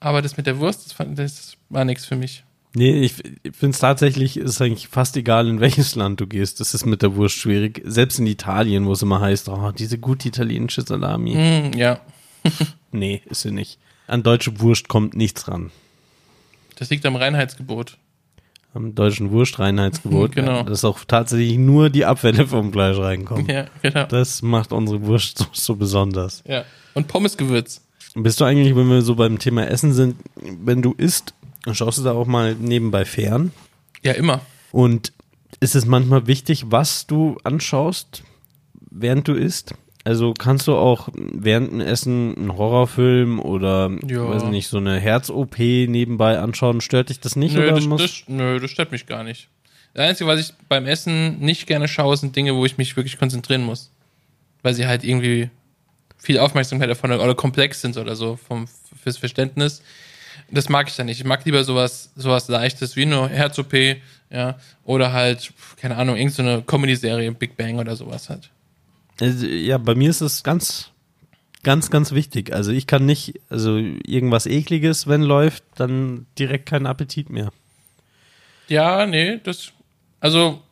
aber das mit der Wurst, das, fand, das war nichts für mich. Nee, ich, ich finde es tatsächlich, ist eigentlich fast egal, in welches Land du gehst. Das ist mit der Wurst schwierig. Selbst in Italien, wo es immer heißt, oh, diese gute italienische Salami. Hm, ja, Nee, ist sie nicht. An deutsche Wurst kommt nichts ran. das liegt am Reinheitsgebot. Am deutschen Wurstreinheitsgebot, Genau. ja, dass auch tatsächlich nur die Abfälle vom Fleisch reinkommen. Ja, genau. Das macht unsere Wurst so, so besonders. Ja. Und Pommesgewürz. Bist du eigentlich, wenn wir so beim Thema Essen sind, wenn du isst, schaust du da auch mal nebenbei fern? Ja, immer. Und ist es manchmal wichtig, was du anschaust, während du isst? Also kannst du auch während dem Essen einen Horrorfilm oder Ja. weiß nicht, so eine Herz-OP nebenbei anschauen? Stört dich das nicht? Nö oder das, musst- das, nö, das stört mich gar nicht. Das Einzige, was ich beim Essen nicht gerne schaue, sind Dinge, wo ich mich wirklich konzentrieren muss. Weil sie halt irgendwie viel Aufmerksamkeit erfordern oder komplex sind oder so vom, fürs Verständnis. Das mag ich dann nicht. Ich mag lieber sowas, sowas Leichtes wie nur Herz-OP, ja, oder halt, pf, keine Ahnung, irgendeine Comedy-Serie, Big Bang oder sowas halt. Also, ja, bei mir ist es ganz, ganz, ganz wichtig. Also ich kann nicht, also irgendwas Ekliges, wenn läuft, dann direkt keinen Appetit mehr. Ja, nee, das. Also.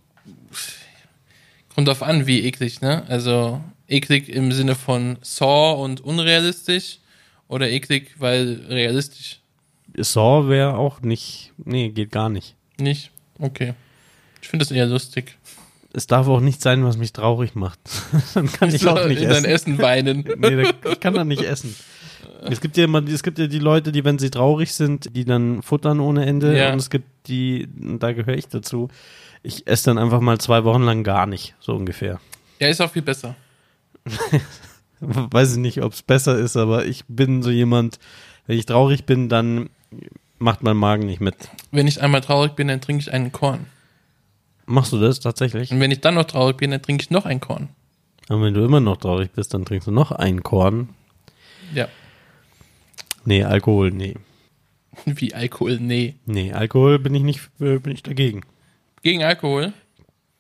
Kommt drauf an, wie eklig, ne? Also, eklig im Sinne von Saw und unrealistisch oder eklig, weil realistisch Saw wäre auch nicht, nee, geht gar nicht. nicht. Okay. Ich finde das eher lustig. Es darf auch nicht sein, was mich traurig macht. dann kann ich auch nicht in dein essen. Essen weinen. Nee, da, ich kann dann nicht essen. Es gibt ja immer, es gibt ja die Leute, die, wenn sie traurig sind, die dann futtern ohne Ende. Ja. Und es gibt die, und da gehöre ich dazu. Ich esse dann einfach mal zwei Wochen lang gar nicht, so ungefähr. Ja, ist auch viel besser. weiß ich nicht, ob es besser ist, aber ich bin so jemand, wenn ich traurig bin, dann macht mein Magen nicht mit. Wenn ich einmal traurig bin, dann trinke ich einen Korn. Machst du das tatsächlich? Und wenn ich dann noch traurig bin, dann trinke ich noch einen Korn. Und wenn du immer noch traurig bist, dann trinkst du noch ein Korn. Ja. Nee, Alkohol, nee. Wie Alkohol, nee. Nee, Alkohol bin ich nicht, äh, bin ich dagegen. Gegen Alkohol.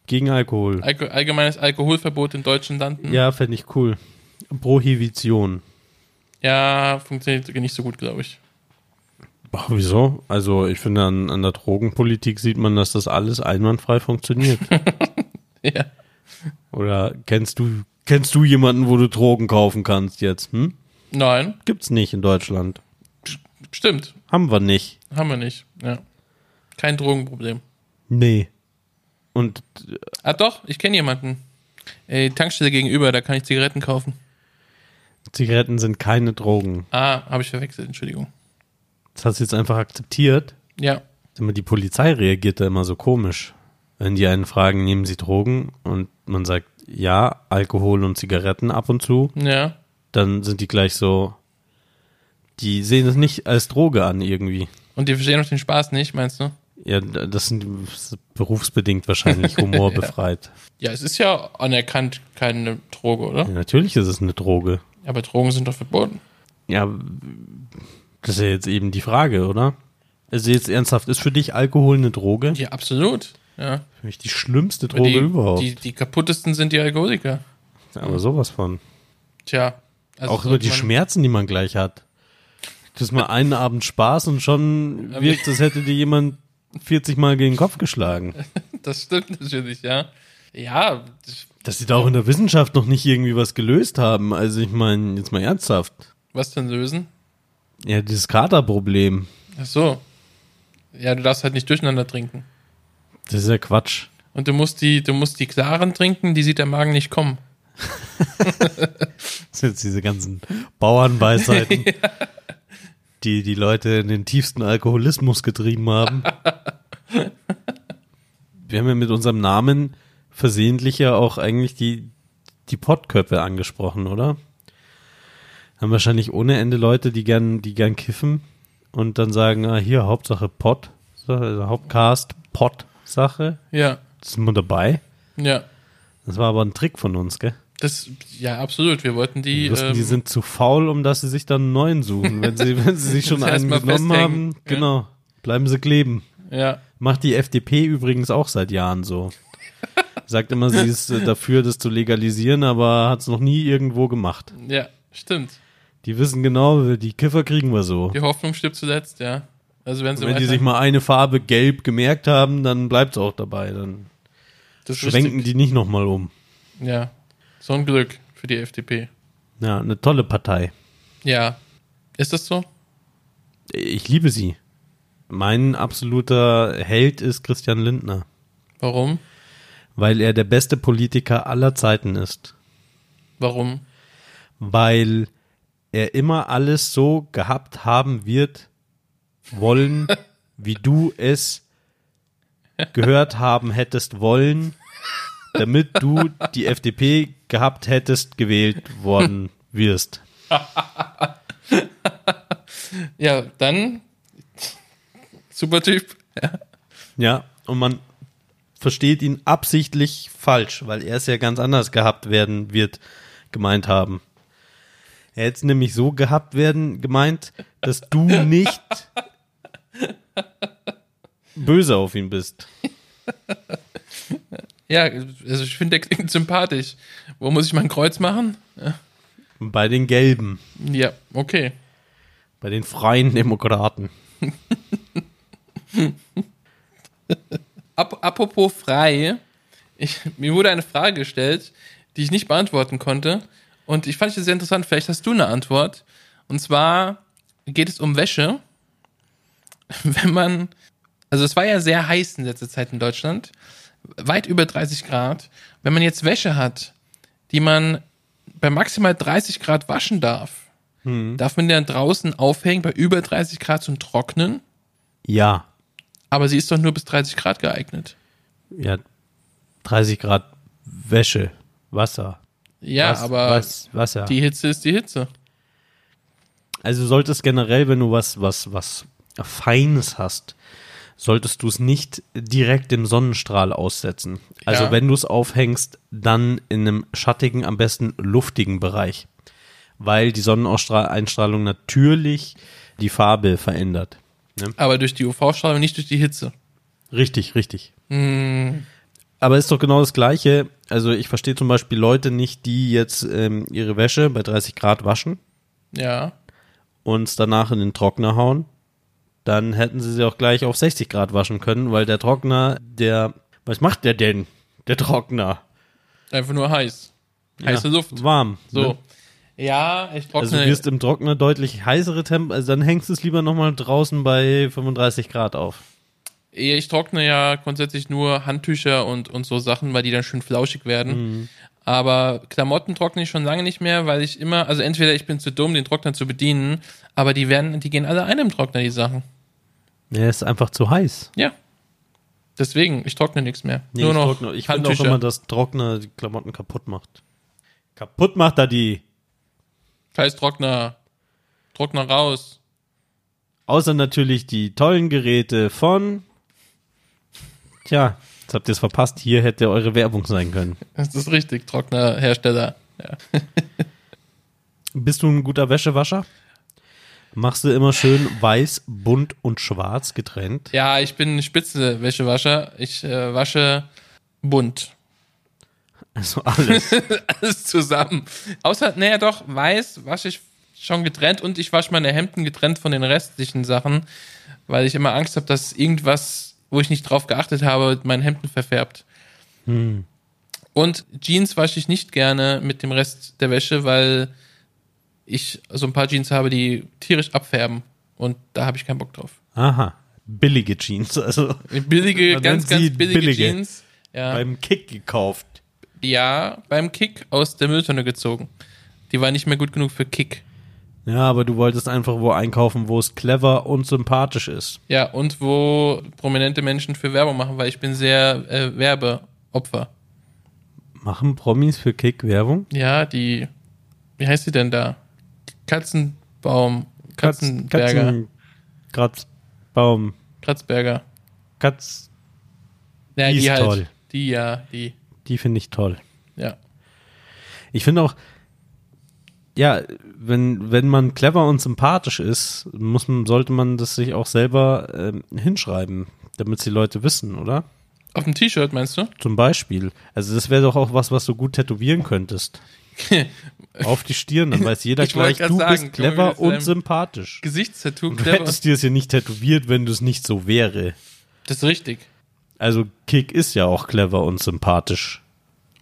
Gegen Alkohol. Alko allgemeines Alkoholverbot in deutschen Landen. Hm. Ja, fände ich cool. Prohibition. ja funktioniert nicht so gut, glaube ich. Ach, wieso? Also, ich finde, an, an der Drogenpolitik sieht man, dass das alles einwandfrei funktioniert. Ja. Oder kennst du, kennst du jemanden, wo du Drogen kaufen kannst jetzt? Hm? Nein, Gibt's nicht in Deutschland. stimmt. Haben wir nicht. Haben wir nicht. Ja. Kein Drogenproblem. Nee. Und Ah doch, ich kenne jemanden. Äh, die Tankstelle gegenüber, da kann ich Zigaretten kaufen. Zigaretten sind keine Drogen. Ah, habe ich verwechselt, Entschuldigung. Das hast du jetzt einfach akzeptiert. Ja. Immer die Polizei reagiert da immer so komisch. Wenn die einen fragen, nehmen sie Drogen? Und man sagt, ja, Alkohol und Zigaretten ab und zu, Ja. dann sind die gleich so, Die sehen das nicht als Droge an irgendwie. Und die verstehen auch den Spaß nicht, meinst du? Ja, d- das sind das ist berufsbedingt wahrscheinlich humorbefreit. Ja, es ist ja anerkannt keine Droge, oder? ja, natürlich ist es eine Droge. Aber Drogen sind doch verboten. Ja, das ist ja jetzt eben die Frage, oder? Also jetzt ernsthaft, ist für dich Alkohol eine Droge? Ja, absolut. Ja. Für mich die schlimmste Droge die, überhaupt. Die, die kaputtesten sind die Alkoholiker. Aber sowas von. Tja. Also Auch über die sollte man- Schmerzen, die man gleich hat. Du hast mal einen Abend Spaß und schon wirkt, als hätte dir jemand 40 Mal gegen den Kopf geschlagen. Das stimmt natürlich, ja. Ja, das- Dass sie da auch in der Wissenschaft noch nicht irgendwie was gelöst haben. Also ich meine, jetzt mal ernsthaft. was denn lösen? Ja, dieses Katerproblem, Ach so. Ja, du darfst halt nicht durcheinander trinken. das ist ja Quatsch. Und du musst die, du musst die klaren trinken, die sieht der Magen nicht kommen. Das sind jetzt diese ganzen Bauernweisheiten, die die Leute in den tiefsten Alkoholismus getrieben haben. Wir haben ja mit unserem Namen versehentlich ja auch eigentlich die, die Pottköpfe angesprochen, oder? Haben wahrscheinlich ohne Ende Leute, die gern, die gern kiffen und dann sagen, ah, hier, Hauptsache Pott, So, also Hauptcast, Pott-Sache, Ja, sind wir dabei. ja. Das war aber ein Trick von uns, gell? Das, ja, absolut. Wir wollten die. Die, wussten, die ähm, sind zu faul, um dass sie sich dann einen neuen suchen. Wenn sie, wenn sie sich schon Erst einen mal genommen festhängen, haben, ja. genau, bleiben sie kleben. ja, Macht die FDP übrigens auch seit Jahren so. Sagt immer, sie ist äh, dafür, das zu legalisieren, aber hat es noch nie irgendwo gemacht. ja, stimmt. Die wissen genau, die Kiffer kriegen wir so. Die Hoffnung stirbt zuletzt, ja. Also wenn sie Wenn die weiter- sich mal eine Farbe gelb gemerkt haben, dann bleibt es auch dabei. Dann das ist schwenken die nicht nochmal um. richtig. Ja, so ein Glück für die FDP. Ja, eine tolle Partei. Ja, ist das so? Ich liebe sie. Mein absoluter Held ist Christian Lindner. Warum? Weil er der beste Politiker aller Zeiten ist. Warum? Weil er immer alles so gehabt haben wird, wollen, wie du es gehört haben hättest wollen, damit du die FDP gehabt hättest, gewählt worden wirst. Ja, dann super Typ. Ja, und man versteht ihn absichtlich falsch, weil er es ja ganz anders gehabt werden wird, gemeint haben. Er hätte es nämlich so gehabt werden gemeint, dass du nicht böse auf ihn bist. Ja, also ich finde, der klingt sympathisch. Wo muss ich mein Kreuz machen? Bei den Gelben, Ja, okay. bei den freien Demokraten. Ap apropos frei, ich, mir wurde eine Frage gestellt, die ich nicht beantworten konnte. Und ich fand sie sehr interessant. Vielleicht hast du eine Antwort. Und zwar geht es um Wäsche. Wenn man, also es war ja sehr heiß in letzter Zeit in Deutschland, weit über 30 Grad. Wenn man jetzt Wäsche hat, die man bei maximal 30 Grad waschen darf, darf man die dann draußen aufhängen bei über 30 Grad zum Trocknen. Ja, Aber sie ist doch nur bis 30 Grad geeignet. ja, 30 Grad Wäsche, Wasser. Ja, was, aber was, Wasser. die Hitze ist die Hitze. Also solltest generell, wenn du was, was, was Feines hast, solltest du es nicht direkt dem Sonnenstrahl aussetzen. Also Ja. wenn du es aufhängst, dann in einem schattigen, am besten luftigen Bereich. Weil die Sonneneinstrahlung natürlich die Farbe verändert. Ne? Aber durch die UV-Strahlung, nicht durch die Hitze. Richtig, richtig. Hm. Aber ist doch genau das Gleiche. Also ich verstehe zum Beispiel Leute nicht, die jetzt ähm, ihre Wäsche bei 30 Grad waschen. Ja. uns danach in den Trockner hauen, dann hätten sie sie auch gleich auf 60 Grad waschen können, weil der Trockner, der, was macht der denn? Der Trockner. Einfach nur heiß. Heiße ja, Luft. Warm. So. Ne? Ja, ich Also trockne. du wirst im Trockner deutlich heißere Temp, also dann hängst du es lieber nochmal draußen bei 35 Grad auf. ich trockne ja grundsätzlich nur Handtücher und, und so Sachen, weil die dann schön flauschig Hm. werden. Aber Klamotten trockne ich schon lange nicht mehr, weil ich immer, also entweder ich bin zu dumm, den Trockner zu bedienen, aber die werden, die gehen alle einem Trockner, die Sachen. Ja, ist einfach zu heiß. Ja. Deswegen, ich trockne nichts mehr. Nee, nur ich noch trockne- ich finde auch Handtücher. immer, dass Trockner die Klamotten kaputt macht. Kaputt macht er die. Scheiß Trockner. Trockner raus. Außer natürlich die tollen Geräte von. Tja, jetzt habt ihr es verpasst. Hier hätte eure Werbung sein können. Das ist richtig, Trocknerhersteller. Ja. Bist du ein guter Wäschewascher? Machst du immer schön weiß, bunt und schwarz getrennt? ja, ich bin spitze Wäschewascher. Ich äh, wasche bunt. Also alles. Alles zusammen. Außer, naja doch, weiß wasche ich schon getrennt und ich wasche meine Hemden getrennt von den restlichen Sachen, weil ich immer Angst habe, dass irgendwas, wo ich nicht drauf geachtet habe, mein Hemden verfärbt. Hm. Und Jeans wasche ich nicht gerne mit dem Rest der Wäsche, weil ich so ein paar Jeans habe, die tierisch abfärben und da habe ich keinen Bock drauf. Aha. Billige Jeans, also Billige, Man ganz, nennt ganz sie billige, billige. Jeans. Ja. beim Kick gekauft. ja, beim Kick aus der Mülltonne gezogen. Die war nicht mehr gut genug für Kick. Ja, aber du wolltest einfach wo einkaufen, wo es clever und sympathisch ist. Ja, und wo prominente Menschen für Werbung machen, weil ich bin sehr äh, Werbeopfer. Machen Promis für Kick Werbung? Ja, die, wie heißt sie denn da? Katzenbaum, Katzenberger, Katzen, Kratzbaum, Kratzberger. Katz, Ja, die, Die ist halt. toll. Die, ja, die, die finde ich toll. ja. Ich finde auch, ja, wenn, wenn man clever und sympathisch ist, muss man, sollte man das sich auch selber ähm, hinschreiben, damit die Leute wissen, oder? Auf dem T-Shirt meinst du? Zum Beispiel. Also das wäre doch auch was, was du gut tätowieren könntest. Auf die Stirn, dann weiß jeder Ich wollte gleich, grad du sagen, bist können wir clever das und einem- sympathisch. Gesichtstattoo, Du clever. hättest dir es ja nicht tätowiert, wenn du es nicht so wäre. Das ist richtig. Also Kick ist ja auch clever und sympathisch.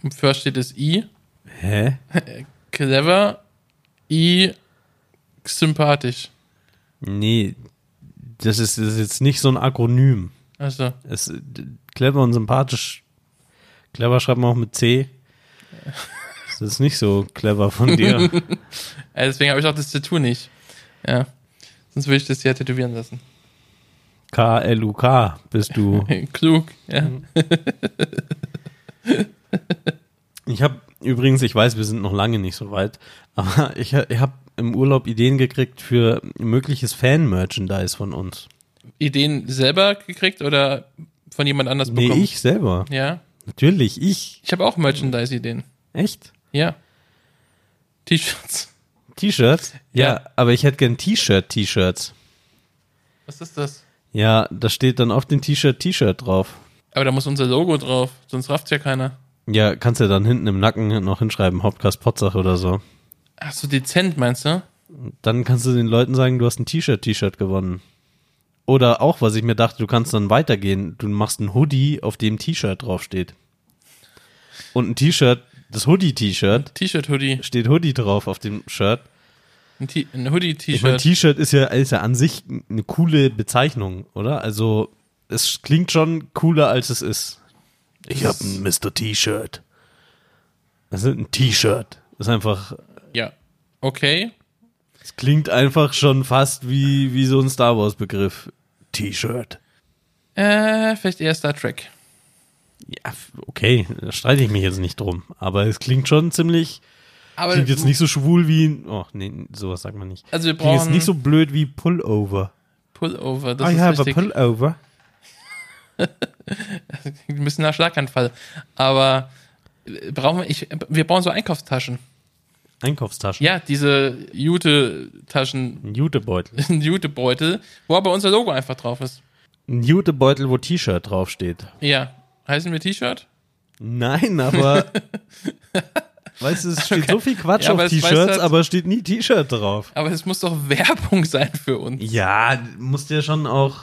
Im First steht das I. Hä? Clever, I, sympathisch. Nee, das ist, das ist jetzt nicht so ein Akronym. Also, Es, d- clever und sympathisch. Clever schreibt man auch mit C. Das ist nicht so clever von dir. äh, deswegen habe ich auch das Tattoo nicht. Ja. Sonst würde ich das ja tätowieren lassen. K-L-U-K bist du. Klug, ja. Ich habe übrigens, ich weiß, wir sind noch lange nicht so weit, aber ich, ha- ich habe im Urlaub Ideen gekriegt für mögliches Fan-Merchandise von uns. Ideen selber gekriegt oder von jemand anders Nee, bekommen? ich selber. Ja. Natürlich, ich. Ich habe auch Merchandise-Ideen. Echt? Ja. T-Shirts. T-Shirts? Ja, Ja. aber ich hätte gern T-Shirt-T-Shirts. Was ist das? Ja, da steht dann auf dem T-Shirt T-Shirt drauf. Aber da muss unser Logo drauf, sonst rafft's ja keiner. Ja, kannst ja dann hinten im Nacken noch hinschreiben, Hauptcast Potsache oder so. Ach so, dezent meinst du? Dann kannst du den Leuten sagen, du hast ein T-Shirt-T-Shirt gewonnen. Oder auch, was ich mir dachte, du kannst dann weitergehen. Du machst ein Hoodie, auf dem T-Shirt draufsteht. Und ein T-Shirt, das Hoodie-T-Shirt, T-Shirt-Hoodie. steht Hoodie drauf auf dem Shirt. Ein, T- ein Ich meine, Hoodie-T-Shirt. T-Shirt ist ja, ist ja an sich eine coole Bezeichnung, oder? Also, es klingt schon cooler, als es ist. Ich Das hab ein Mr. T-Shirt. Das ist ein T-Shirt. Ist einfach, ja. Okay. es klingt einfach schon fast wie, wie so ein Star Wars-Begriff. T-Shirt. Äh, vielleicht eher Star Trek. Ja, f- okay, da streite ich mich jetzt nicht drum. Aber es klingt schon ziemlich, Aber klingt jetzt nicht so schwul wie, ein- oh, nee, sowas sagt man nicht. Also wir Klingt jetzt brauchen- nicht so Ah, blöd wie Pullover. Pullover. Das I ist have a richtig. Pullover. Klingt ein bisschen nach Schlaganfall. Aber äh, brauchen wir, ich, wir brauchen so Einkaufstaschen. Einkaufstasche. Ja, diese Jute-Taschen, Ein Jutebeutel. Jutebeutel, wo aber unser Logo einfach drauf ist. Ein Jutebeutel, wo T-Shirt draufsteht. Ja. Heißen wir T-Shirt? Nein, aber. weißt du, es steht so viel Quatsch Ja, aber auf es weiß T-Shirts, halt- aber steht nie T-Shirt drauf. Aber es muss doch Werbung sein für uns. Ja, musst ja schon auch.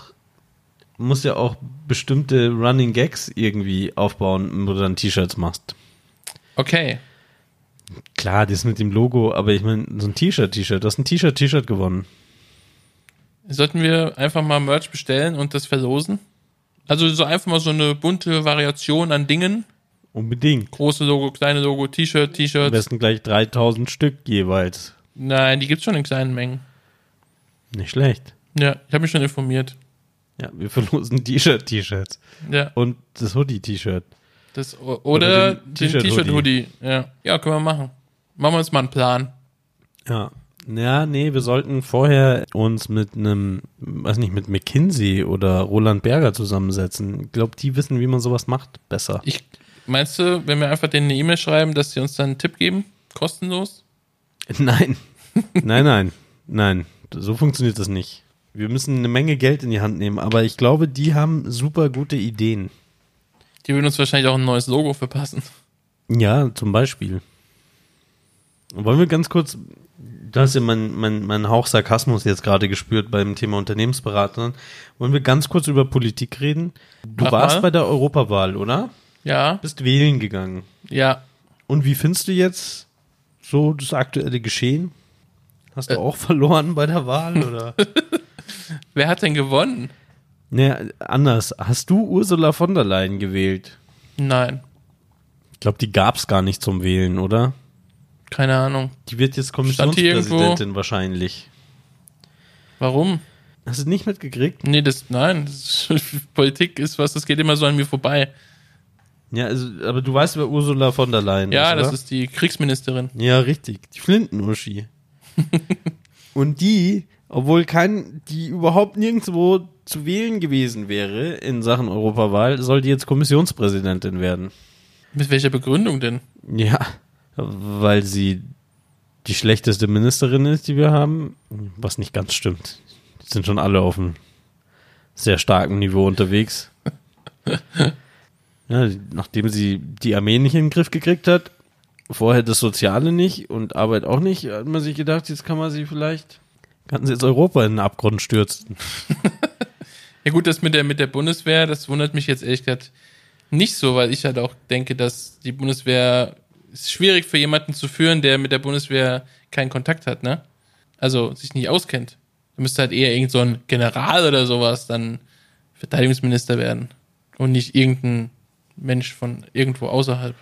Musst ja auch bestimmte Running Gags irgendwie aufbauen, wo du dann T-Shirts machst. Okay. Klar, das mit dem Logo, aber ich meine, so ein T-Shirt-T-Shirt, du hast ein T-Shirt-T-Shirt gewonnen. Sollten wir einfach mal Merch bestellen und das verlosen? Also so einfach mal so eine bunte Variation an Dingen. Unbedingt. Große Logo, kleine Logo, T-Shirt, Am T-Shirt. besten gleich 3000 Stück jeweils. Nein, die gibt's schon in kleinen Mengen. Nicht schlecht. Ja, ich habe mich schon informiert. Ja, wir verlosen T-Shirt-T-Shirts. Ja, Und das Hoodie-T-Shirt. das, o- oder, Oder den den T-Shirt-Hoodie. Ja. ja, können wir machen. Machen wir uns mal einen Plan. Ja, Ja, nee, wir sollten vorher uns mit einem, weiß nicht, mit McKinsey oder Roland Berger zusammensetzen. Ich glaube, die wissen, wie man sowas macht, besser. Ich, meinst du, wenn wir einfach denen eine E-Mail schreiben, dass sie uns dann einen Tipp geben? Kostenlos? Nein. nein, nein, nein. So funktioniert das nicht. Wir müssen eine Menge Geld in die Hand nehmen, aber ich glaube, die haben super gute Ideen. Die würden uns wahrscheinlich auch ein neues Logo verpassen. Ja, zum Beispiel. Wollen wir ganz kurz, du hast ja meinen mein, mein Hauch Sarkasmus jetzt gerade gespürt beim Thema Unternehmensberatern. Wollen wir ganz kurz über Politik reden? Du Mach warst mal. bei der Europawahl, oder? Ja, Bist wählen gegangen. ja. Und wie findest du jetzt so das aktuelle Geschehen? Hast Äh. du auch verloren bei der Wahl oder? Wer hat denn gewonnen? naja, Ne, anders. Hast du Ursula von der Leyen gewählt? Nein, Ich glaube, die gab es gar nicht zum Wählen, oder? keine Ahnung. Die wird jetzt Stand hier irgendwo? Kommissionspräsidentin wahrscheinlich. Warum? Hast du nicht mitgekriegt? Nee, das, nein, das ist, Politik ist was, das geht immer so an mir vorbei. Ja, also, aber du weißt, wer Ursula von der Leyen ist. Ja, das oder? ist die Kriegsministerin. Ja, richtig. Die Flinten-Uschi. Und die, obwohl kein, die überhaupt nirgendwo zu wählen gewesen wäre in Sachen Europawahl, soll die jetzt Kommissionspräsidentin werden. Mit welcher Begründung denn? Ja, weil sie die schlechteste Ministerin ist, die wir haben, was nicht ganz stimmt. Die sind schon alle auf einem sehr starken Niveau unterwegs. Ja, nachdem sie die Armee nicht in den Griff gekriegt hat, vorher das Soziale nicht und Arbeit auch nicht, hat man sich gedacht, jetzt kann man sie vielleicht, kann sie jetzt Europa in den Abgrund stürzen. Ja gut, das mit der, mit der Bundeswehr, das wundert mich jetzt ehrlich gesagt nicht so, weil ich halt auch denke, dass die Bundeswehr ist schwierig für jemanden zu führen, der mit der Bundeswehr keinen Kontakt hat, ne? Also sich nicht auskennt. Da müsste halt eher irgend so ein General oder sowas dann Verteidigungsminister werden und nicht irgendein Mensch von irgendwo außerhalb.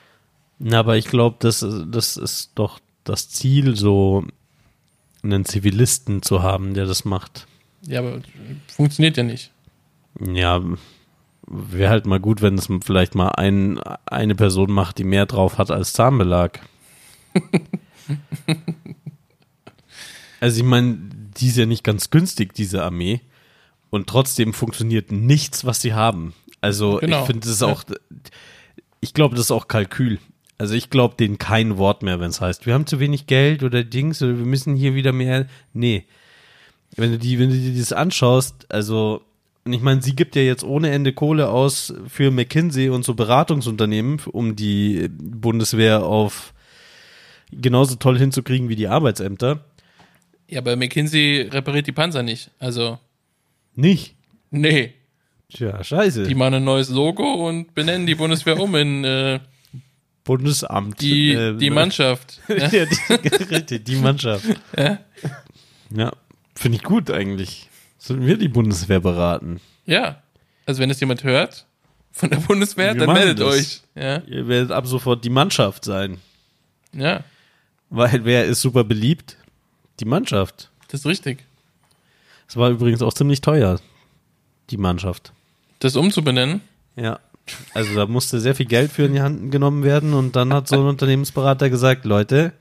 Na, aber ich glaube, das, das ist doch das Ziel, so einen Zivilisten zu haben, der das macht. Ja, aber funktioniert ja nicht. Ja, wäre halt mal gut, wenn es vielleicht mal ein, eine Person macht, die mehr drauf hat als Zahnbelag. also ich meine, die ist ja nicht ganz günstig, diese Armee. Und trotzdem funktioniert nichts, was sie haben. Also Genau. ich finde es auch, ich glaube, das ist auch Kalkül. Also ich glaube denen kein Wort mehr, wenn es heißt, wir haben zu wenig Geld oder Dings oder wir müssen hier wieder mehr. Nee. Wenn du die, wenn du dir das anschaust, also, und ich meine, sie gibt ja jetzt ohne Ende Kohle aus für McKinsey und so Beratungsunternehmen, um die Bundeswehr auf genauso toll hinzukriegen wie die Arbeitsämter. Ja, aber McKinsey repariert die Panzer nicht. Also, Nicht. nee. Tja, scheiße. Die machen ein neues Logo und benennen die Bundeswehr um in äh, Bundesamt. die, äh, die Mannschaft. ne? ja, die, richtig, die Mannschaft. Ja. Ja, finde ich gut eigentlich. Sollten wir die Bundeswehr beraten? Ja. Also wenn es jemand hört von der Bundeswehr, Wir dann machen meldet das. euch. Ja. Ihr werdet ab sofort die Mannschaft sein. ja, Weil wer ist super beliebt? Die Mannschaft. das ist richtig. Es war übrigens auch ziemlich teuer, die Mannschaft. Das umzubenennen. Ja. Also da musste sehr viel Geld für in die Hand genommen werden und dann hat so ein Unternehmensberater gesagt, Leute,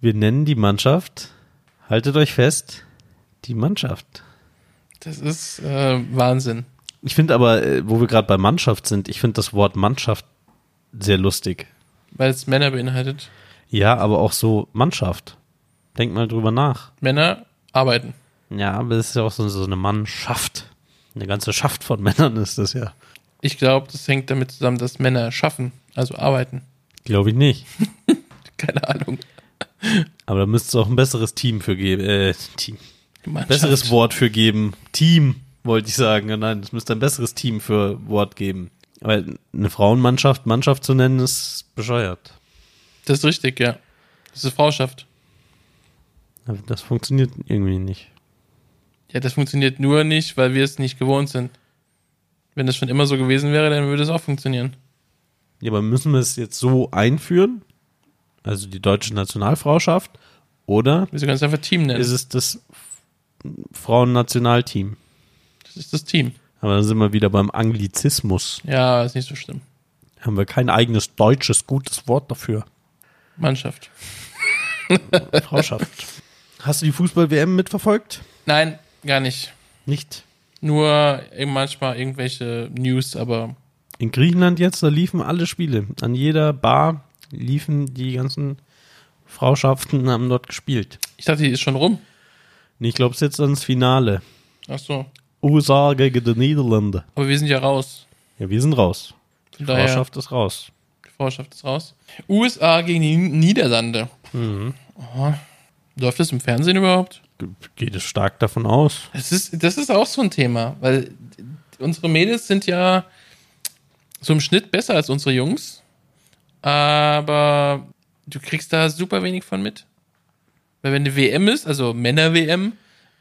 wir nennen die Mannschaft, haltet euch fest, die Mannschaft. Das ist äh, Wahnsinn. Ich finde aber, äh, wo wir gerade bei Mannschaft sind, ich finde das Wort Mannschaft sehr lustig. Weil es Männer beinhaltet. Ja, aber auch so Mannschaft. Denk mal drüber nach. Männer arbeiten. Ja, aber es ist ja auch so, so eine Mannschaft. Eine ganze Schaft von Männern ist das ja. Ich glaube, das hängt damit zusammen, dass Männer schaffen, also arbeiten. Glaube ich nicht. Keine Ahnung. Aber da müsste es auch ein besseres Team für geben. Äh, Team. Mannschaft. Besseres Wort für geben. Team, wollte ich sagen. Ja, Nein, es müsste ein besseres Team für Wort geben. Aber eine Frauenmannschaft, Mannschaft zu nennen, ist bescheuert. Das ist richtig, ja. Das ist Frauschaft. Aber Das funktioniert irgendwie nicht. Ja, das funktioniert nur nicht, weil wir es nicht gewohnt sind. Wenn das schon immer so gewesen wäre, dann würde es auch funktionieren. Ja, aber müssen wir es jetzt so einführen? Also die deutsche Nationalfrauschaft? Oder Wir können es einfach Team nennen. ist es das Frauennationalteam? das ist das Team. Aber dann sind wir wieder beim Anglizismus. Ja, ist nicht so schlimm. Haben wir kein eigenes deutsches gutes Wort dafür. Mannschaft. Frauschaft. Hast du die Fußball-WM mitverfolgt? Nein, gar nicht. Nicht. Nur eben manchmal irgendwelche News, aber In Griechenland jetzt, da liefen alle Spiele. An jeder Bar liefen die ganzen Frauschaften, haben dort gespielt. ich dachte, die ist schon rum. Und ich glaube, es ist jetzt ans Finale. Ach so. USA gegen die Niederlande. Aber wir sind ja raus. Ja, wir sind raus. Von Daher. daher, Frauschaft ist raus. die Vorschaft ist raus. USA gegen die Niederlande. Aha. Läuft das im Fernsehen überhaupt? Ge- Geht es stark davon aus. Das ist, das ist auch so ein Thema, weil unsere Mädels sind ja so im Schnitt besser als unsere Jungs, aber du kriegst da super wenig von mit. Weil wenn eine WM ist, also Männer-WM,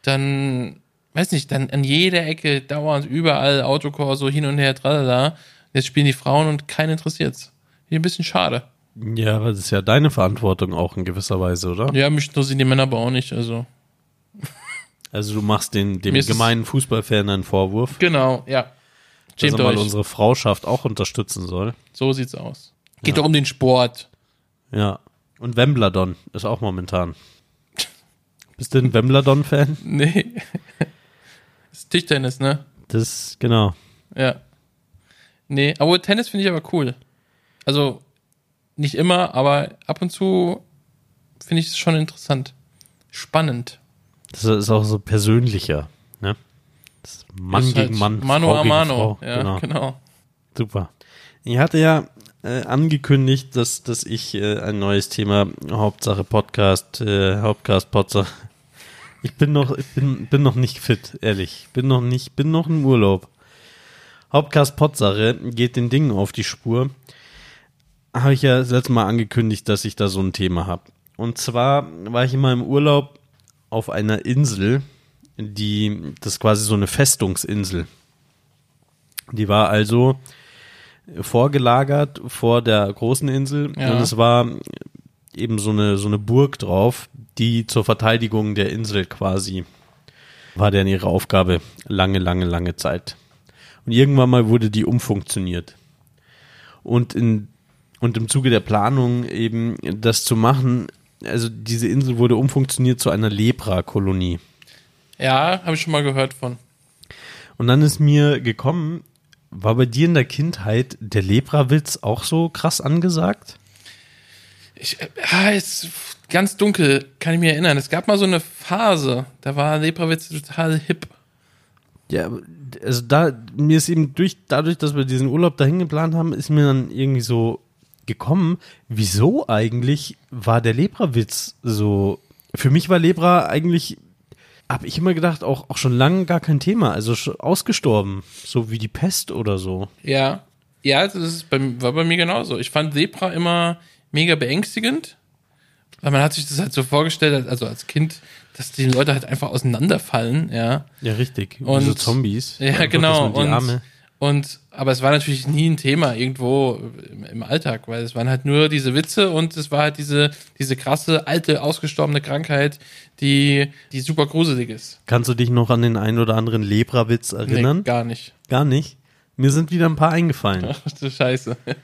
dann, weiß nicht, dann an jeder Ecke dauernd überall Autokor so hin und her, tralala. Jetzt spielen die Frauen und keinen interessiert's. Hier ein bisschen schade. Ja, aber das ist ja deine Verantwortung auch in gewisser Weise, oder? Ja, mich interessieren die Männer aber auch nicht, also. Also du machst den, dem Mir ist es- gemeinen Fußballfan einen Vorwurf, Genau, ja. dass Schämt er Also mal euch. unsere Frauschaft auch unterstützen soll. So sieht's aus. Geht doch um den Sport. Ja. Und Wembladon ist auch momentan. Bist du ein Wembladon-Fan? Nee. Das ist Tischtennis, ne? Das, genau. Ja. Nee, aber Tennis finde ich aber cool. Also, nicht immer, aber ab und zu finde ich es schon interessant. Spannend. Das ist auch so persönlicher. Ne? Das ist Mann Ist halt gegen Mann. Mano Frau a gegen Mano. Frau. Ja, genau. genau. Super. Ich hatte ja äh, angekündigt, dass, dass ich äh, ein neues Thema, Hauptsache Podcast, äh, Hauptcast, Potzer. Ich bin noch, ich bin, bin noch nicht fit, ehrlich. Bin noch nicht, bin noch im Urlaub. Hauptcast Potsache geht den Dingen auf die Spur. Habe ich ja das letzte Mal angekündigt, dass ich da so ein Thema habe. Und zwar war ich immer im Urlaub auf einer Insel, die, das ist quasi so eine Festungsinsel. Die war also vorgelagert vor der großen Insel Ja. und es war eben so eine, so eine Burg drauf, die zur Verteidigung der Insel quasi war deren ihre Aufgabe lange, lange, lange Zeit. Und irgendwann mal wurde die umfunktioniert. Und, in, und im Zuge der Planung eben das zu machen, also diese Insel wurde umfunktioniert zu einer Lepra-Kolonie. Ja, habe ich schon mal gehört von. Und dann ist mir gekommen, war bei dir in der Kindheit der Lepra-Witz auch so krass angesagt? Ich, äh, ah, ist ganz dunkel, kann ich mich erinnern. Es gab mal so eine Phase, da war Leprawitz total hip. Ja, also da, mir ist eben durch, dadurch, dass wir diesen Urlaub dahin geplant haben, ist mir dann irgendwie so gekommen, wieso eigentlich war der Lepra-Witz so. Für mich war Lepra eigentlich, habe ich immer gedacht, auch, auch schon lange gar kein Thema, also sch- ausgestorben, so wie die Pest oder so. Ja, ja, das ist bei, war bei mir genauso. Ich fand Lepra immer mega beängstigend, weil man hat sich das halt so vorgestellt, also als Kind, dass die Leute halt einfach auseinanderfallen, ja. Ja, richtig. Und- so Zombies. Ja, Einfach, genau. dass man die und, Arme- und aber es war natürlich nie ein Thema irgendwo im, im Alltag, weil es waren halt nur diese Witze und es war halt diese, diese krasse, alte, ausgestorbene Krankheit, die, die super gruselig ist. Kannst du dich noch an den einen oder anderen Lepra-Witz erinnern? Nee, gar nicht. gar nicht. Mir sind wieder ein paar eingefallen. Ach du Scheiße. S-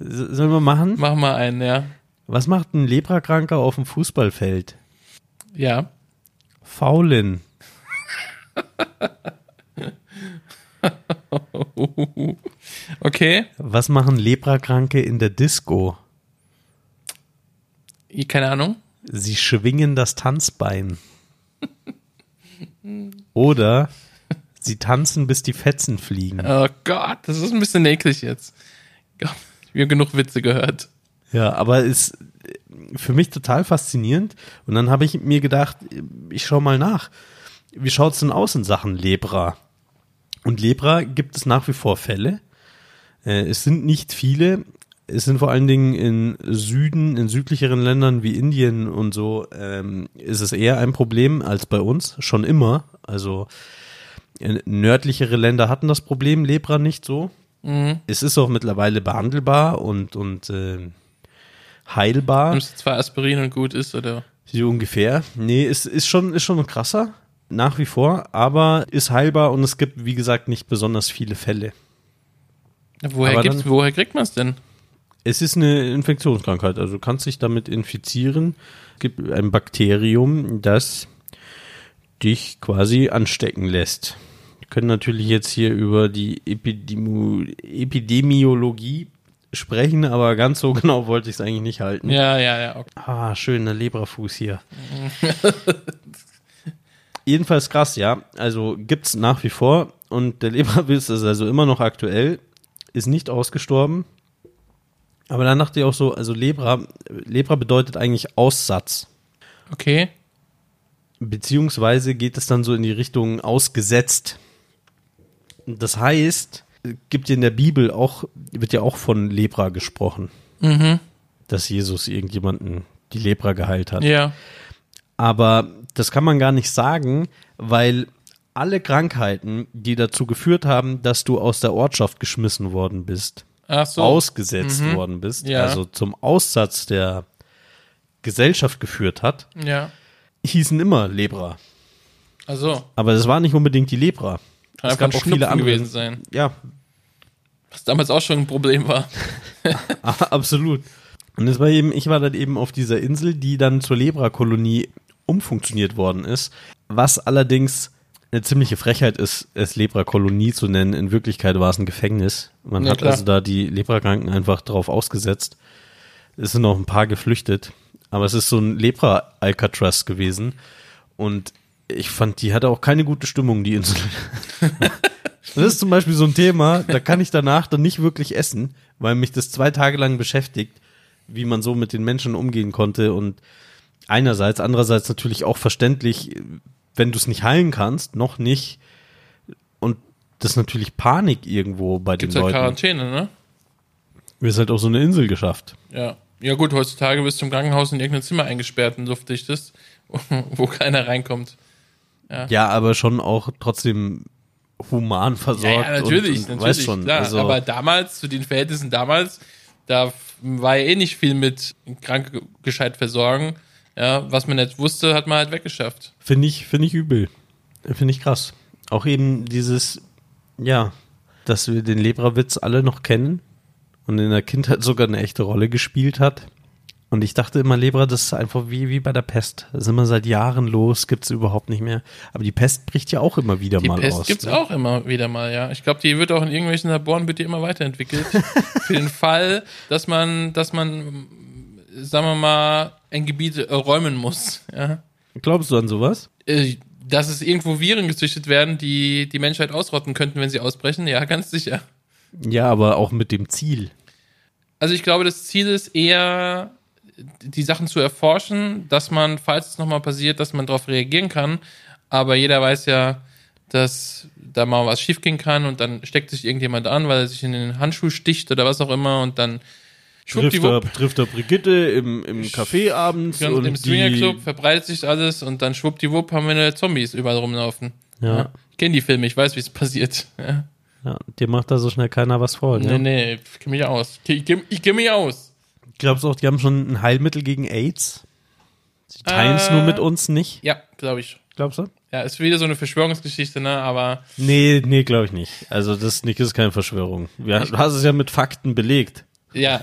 Sollen wir machen? Mach mal einen, ja. Was macht ein Leprakranker auf dem Fußballfeld? Ja. Faulen. Okay. Was machen Leprakranke in der Disco? Keine Ahnung. Sie schwingen das Tanzbein. Oder sie tanzen, bis die Fetzen fliegen. Oh Gott, das ist ein bisschen eklig jetzt. Gott, Wir haben genug Witze gehört. Ja, aber ist äh, für mich total faszinierend. Und dann habe ich mir gedacht, ich schaue mal nach. Wie schaut's denn aus in Sachen Lepra? Und Lepra gibt es nach wie vor Fälle. Äh, Es sind nicht viele. Es sind vor allen Dingen in Süden, in südlicheren Ländern wie Indien und so, ähm, ist es eher ein Problem als bei uns, schon immer. Also äh, nördlichere Länder hatten das Problem, Lepra nicht so. Es ist auch mittlerweile behandelbar und, und ähm, heilbar. Nimmst du zwei Aspirin und gut ist, oder? So ungefähr. Nee, es ist schon, ist schon krasser, nach wie vor, aber ist heilbar und es gibt, wie gesagt, nicht besonders viele Fälle. Woher, Aber gibt's, dann- woher kriegt man es denn? Es ist eine Infektionskrankheit, also du kannst dich damit infizieren. Es gibt ein Bakterium, das dich quasi anstecken lässt. Wir können natürlich jetzt hier über die Epidemo Epidemiologie sprechen, aber ganz so genau wollte ich es eigentlich nicht halten. Ja, ja, ja. Okay. Ah, schöner Lebrafuß hier. Jedenfalls krass, ja. Also gibt es nach wie vor und der Leberwitz ist also immer noch aktuell, ist nicht ausgestorben. Aber dann dachte ich auch so, also Lebra, Lebra bedeutet eigentlich Aussatz. okay. Beziehungsweise geht es dann so in die Richtung ausgesetzt. Das heißt, es gibt ja in der Bibel auch, wird ja auch von Lebra gesprochen, Mhm. dass Jesus irgendjemanden die Lebra geheilt hat. Ja. Aber das kann man gar nicht sagen, weil alle Krankheiten, die dazu geführt haben, dass du aus der Ortschaft geschmissen worden bist, Ach so. Mhm. ausgesetzt worden bist, Ja. also zum Aussatz der Gesellschaft geführt hat, Ja. hießen immer Lebra. Also, Aber das war nicht unbedingt die Lebra. kann einfach ein Schnupfen gewesen sein. Ja, Was damals auch schon ein Problem war. a- Ah, absolut. Und das war eben, ich war dann eben auf dieser Insel, die dann zur Lebra-Kolonie umfunktioniert worden ist, was allerdings eine ziemliche Frechheit ist, es Lebra-Kolonie zu nennen. In Wirklichkeit war es ein Gefängnis. Man Ja, hat klar. also da die Lebra-Kranken einfach drauf ausgesetzt. Es sind noch ein paar geflüchtet, aber es ist so ein Lebra-Alcatraz gewesen. Und ich fand, die hatte auch keine gute Stimmung, die Insel. Das ist zum Beispiel so ein Thema, da kann ich danach dann nicht wirklich essen, weil mich das zwei Tage lang beschäftigt, wie man so mit den Menschen umgehen konnte und einerseits, andererseits natürlich auch verständlich, wenn du es nicht heilen kannst, noch nicht und das ist natürlich Panik irgendwo bei Gibt's den halt Leuten. Quarantäne, ne? Wir sind halt auf so eine Insel geschafft. Ja. Ja, gut, heutzutage bist du im Krankenhaus in irgendein Zimmer eingesperrt, ein luftdichtes, wo keiner reinkommt. Ja, aber schon auch trotzdem human versorgt. Ja, ja natürlich, und, und natürlich. Weißt schon, klar. also, Aber damals, zu den Verhältnissen damals, da f- war ja eh nicht viel mit Kranke gescheit versorgen. Ja, was man nicht wusste, hat man halt weggeschafft. Finde ich, finde ich übel. Finde ich krass. Auch eben dieses, ja, dass wir den Lebrawitz alle noch kennen und in der Kindheit sogar eine echte Rolle gespielt hat. Und ich dachte immer, Lebra, das ist einfach wie, wie bei der Pest. Das ist immer seit Jahren los, gibt es überhaupt nicht mehr. Aber die Pest bricht ja auch immer wieder Die mal Pest aus. gibt's ne? auch immer wieder mal, ja. Ich glaube, die wird auch in irgendwelchen Laboren wird die immer weiterentwickelt. Für den Fall, dass man, dass man, sagen wir mal, ein Gebiet äh, räumen muss. Ja. Glaubst du an sowas? Äh, Dass es irgendwo Viren gezüchtet werden, die die Menschheit ausrotten könnten, wenn sie ausbrechen, ja, ganz sicher. Ja, aber auch mit dem Ziel. Also ich glaube, das Ziel ist eher, die Sachen zu erforschen, dass man, falls es nochmal passiert, dass man darauf reagieren kann. Aber jeder weiß ja, dass da mal was schiefgehen kann und dann steckt sich irgendjemand an, weil er sich in den Handschuh sticht oder was auch immer und dann schwuppdiwupp, trifft er Brigitte im, im Café abends. und im Swingerclub verbreitet sich alles und dann schwuppdiwupp haben wir eine Zombies überall rumlaufen. Ja. Ich kenne die Filme, ich weiß, wie es passiert. Ja. ja, dir macht da so schnell keiner was vor. ne? Nee, gell? nee, ich kenne mich aus. Ich kenne ich kenn mich aus. Glaubst du auch, die haben schon ein Heilmittel gegen AIDS? Sie teilen es Äh, nur mit uns nicht? Ja, glaube ich. Glaubst du? Ja, ist wieder so eine Verschwörungsgeschichte, ne? Aber Nee, nee, glaube ich nicht. Also das ist nicht- das ist keine Verschwörung. Ja, du hast es ja mit Fakten belegt. Ja.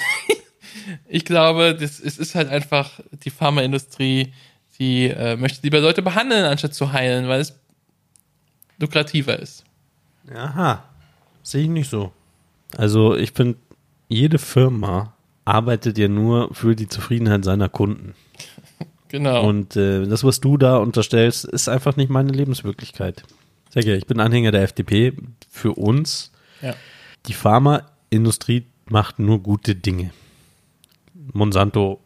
ich glaube, das, es ist halt einfach die Pharmaindustrie, die äh, möchte lieber Leute behandeln, anstatt zu heilen, weil es lukrativer ist. Aha. Sehe ich nicht so. Also ich finde, jede Firma arbeitet ja nur für die Zufriedenheit seiner Kunden. Genau. Und äh, das, was du da unterstellst, ist einfach nicht meine Lebenswirklichkeit. Sag ja, ich bin Anhänger der FDP. Für uns ja. Die Pharmaindustrie macht nur gute Dinge. Monsanto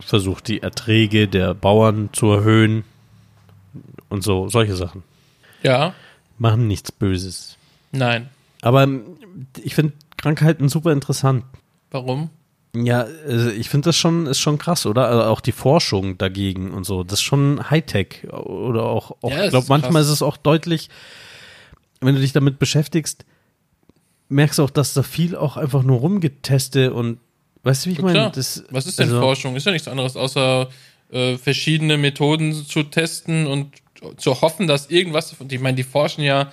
versucht die Erträge der Bauern zu erhöhen und so solche Sachen. ja, Machen nichts Böses. nein. Aber ähm, ich finde Krankheiten super interessant. Warum? Ja, äh, ich finde das schon ist schon krass, oder? Also auch die Forschung dagegen und so, das ist schon Hightech oder auch, auch Ja, es ich glaube ist manchmal krass. ist es auch deutlich, wenn du dich damit beschäftigst, merkst du auch, dass da viel auch einfach nur rumgeteste und weißt du, wie ich meine, Klar. das Was ist denn also, Forschung? Ist ja nichts anderes, außer äh, verschiedene Methoden zu testen und zu hoffen, dass irgendwas. davon- Ich meine, die forschen ja,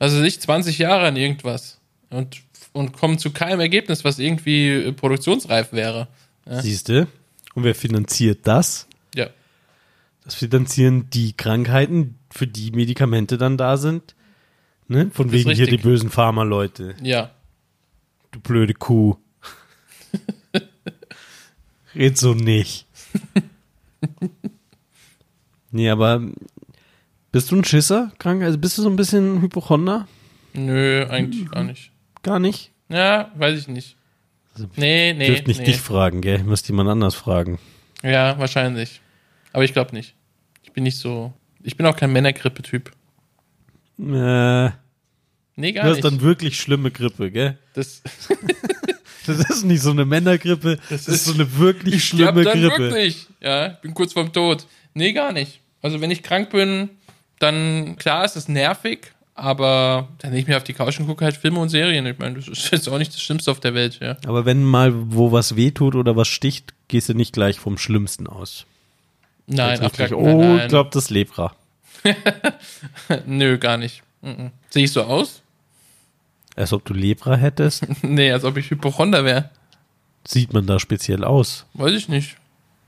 also nicht 20 Jahre an irgendwas. und, und kommen zu keinem Ergebnis, was irgendwie äh, produktionsreif wäre. Ja. Siehst du? Und wer finanziert das? Ja. Das finanzieren die Krankheiten, für die Medikamente dann da sind. Ne? Von Das ist wegen hier die richtig. bösen Pharma-Leute. Ja. Du blöde Kuh. Red so nicht. nee, aber ähm, bist du ein Schisser? Krank? Also bist du so ein bisschen Hypochonder? Nö, eigentlich gar nicht. Gar nicht? Ja, weiß ich nicht. Also, Nee, Nee, nee. Dürft nicht nee. dich fragen, gell? Müsst jemand anders fragen. Ja, wahrscheinlich. Aber ich glaube nicht. Ich bin nicht so. Ich bin auch kein Männergrippe-Typ. Äh, Nee, gar das ist nicht. dann wirklich schlimme Grippe, gell? das Das ist nicht so eine Männergrippe, das, ist ist- so eine wirklich sterb schlimme dann Grippe. wirklich. Ja, ich bin kurz vorm Tod. Nee, gar nicht. Also wenn ich krank bin, dann klar ist es nervig, aber dann lege ich mir auf die Couch und gucke halt Filme und Serien. Ich meine, das ist jetzt auch nicht das Schlimmste auf der Welt, ja. Aber wenn mal wo was wehtut oder was sticht, gehst du nicht gleich vom Schlimmsten aus. Nein, Jetzt nicht ach, gar, gleich, oh, nein, nein. glaub, das ist Lepra. Nö, gar nicht. Mhm. Sehe ich so aus? Als ob du Lepra hättest, nee, als ob ich Hypochonder wäre. sieht man da speziell aus. Weiß ich nicht.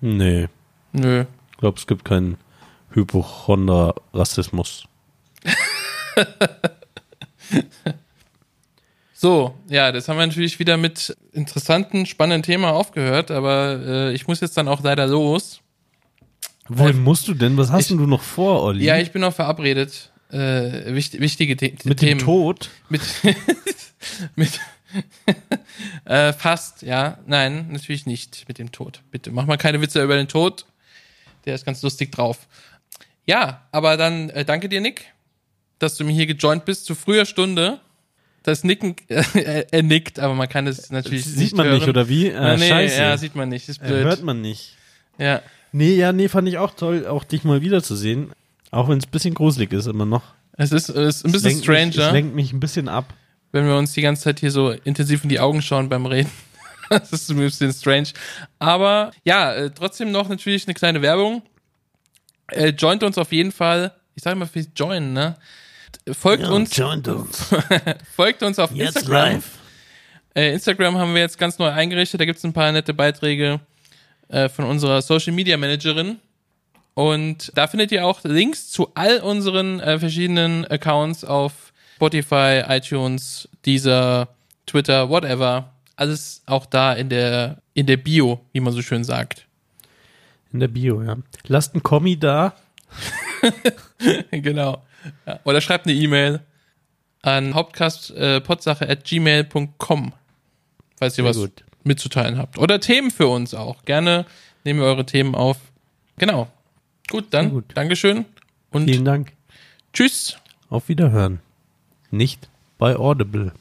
Nee, Nö. ich glaube, es gibt keinen Hypochonder-Rassismus. So, ja, das haben wir natürlich wieder mit interessanten, spannenden Themen aufgehört, aber äh, ich muss jetzt dann auch leider los. Wohin musst du denn? Was hast Äh, ich- denn du noch vor, Olli? Ja, ich bin noch verabredet. Äh, wichtig, wichtige The Mit dem Themen. Tod? Mit, mit äh, fast, ja. Nein, natürlich nicht mit dem Tod. Bitte mach mal keine Witze über den Tod. Der ist ganz lustig drauf. Ja, aber dann äh, danke dir, Nick, dass du mir hier gejoint bist zu früher Stunde. Das Nicken, äh, er nickt, aber man kann es natürlich Äh, Sieht nicht man hören. nicht, oder wie? Äh, Ah, nee, Scheiße. ja, sieht man nicht. Ist Äh, blöd. hört man nicht. ja. Nee, ja, nee, fand ich auch toll, auch dich mal wiederzusehen. Auch wenn es ein bisschen gruselig ist, immer noch. Es ist, es ist ein bisschen Es lenkt mich- Es stranger, lenkt mich ein bisschen ab. wenn wir uns die ganze Zeit hier so intensiv in die Augen schauen beim Reden. Das ist ein bisschen strange. Aber ja, äh, trotzdem noch natürlich eine kleine Werbung. Äh, joint uns auf jeden Fall. Ich sage immer viel join, ne? Folgt uns, joint uns. folgt uns auf Jetzt Instagram. live. Äh, Instagram haben wir jetzt ganz neu eingerichtet. Da gibt's ein paar nette Beiträge äh, von unserer Social Media Managerin. Und da findet ihr auch Links zu all unseren äh, verschiedenen Accounts auf Spotify, iTunes, Deezer, Twitter, whatever. Alles auch da in der, in der Bio, wie man so schön sagt. In der Bio, ja. Lasst einen Kommi da. genau. Ja. Oder schreibt eine E-Mail an äh, hauptcastpotsache.gmail.com, falls ihr Sehr was gut. mitzuteilen habt. Oder Themen für uns auch. Gerne nehmen wir eure Themen auf. Genau. Gut, dann Sehr gut. Dankeschön und Vielen Dank. tschüss. Auf Wiederhören. Nicht bei Audible.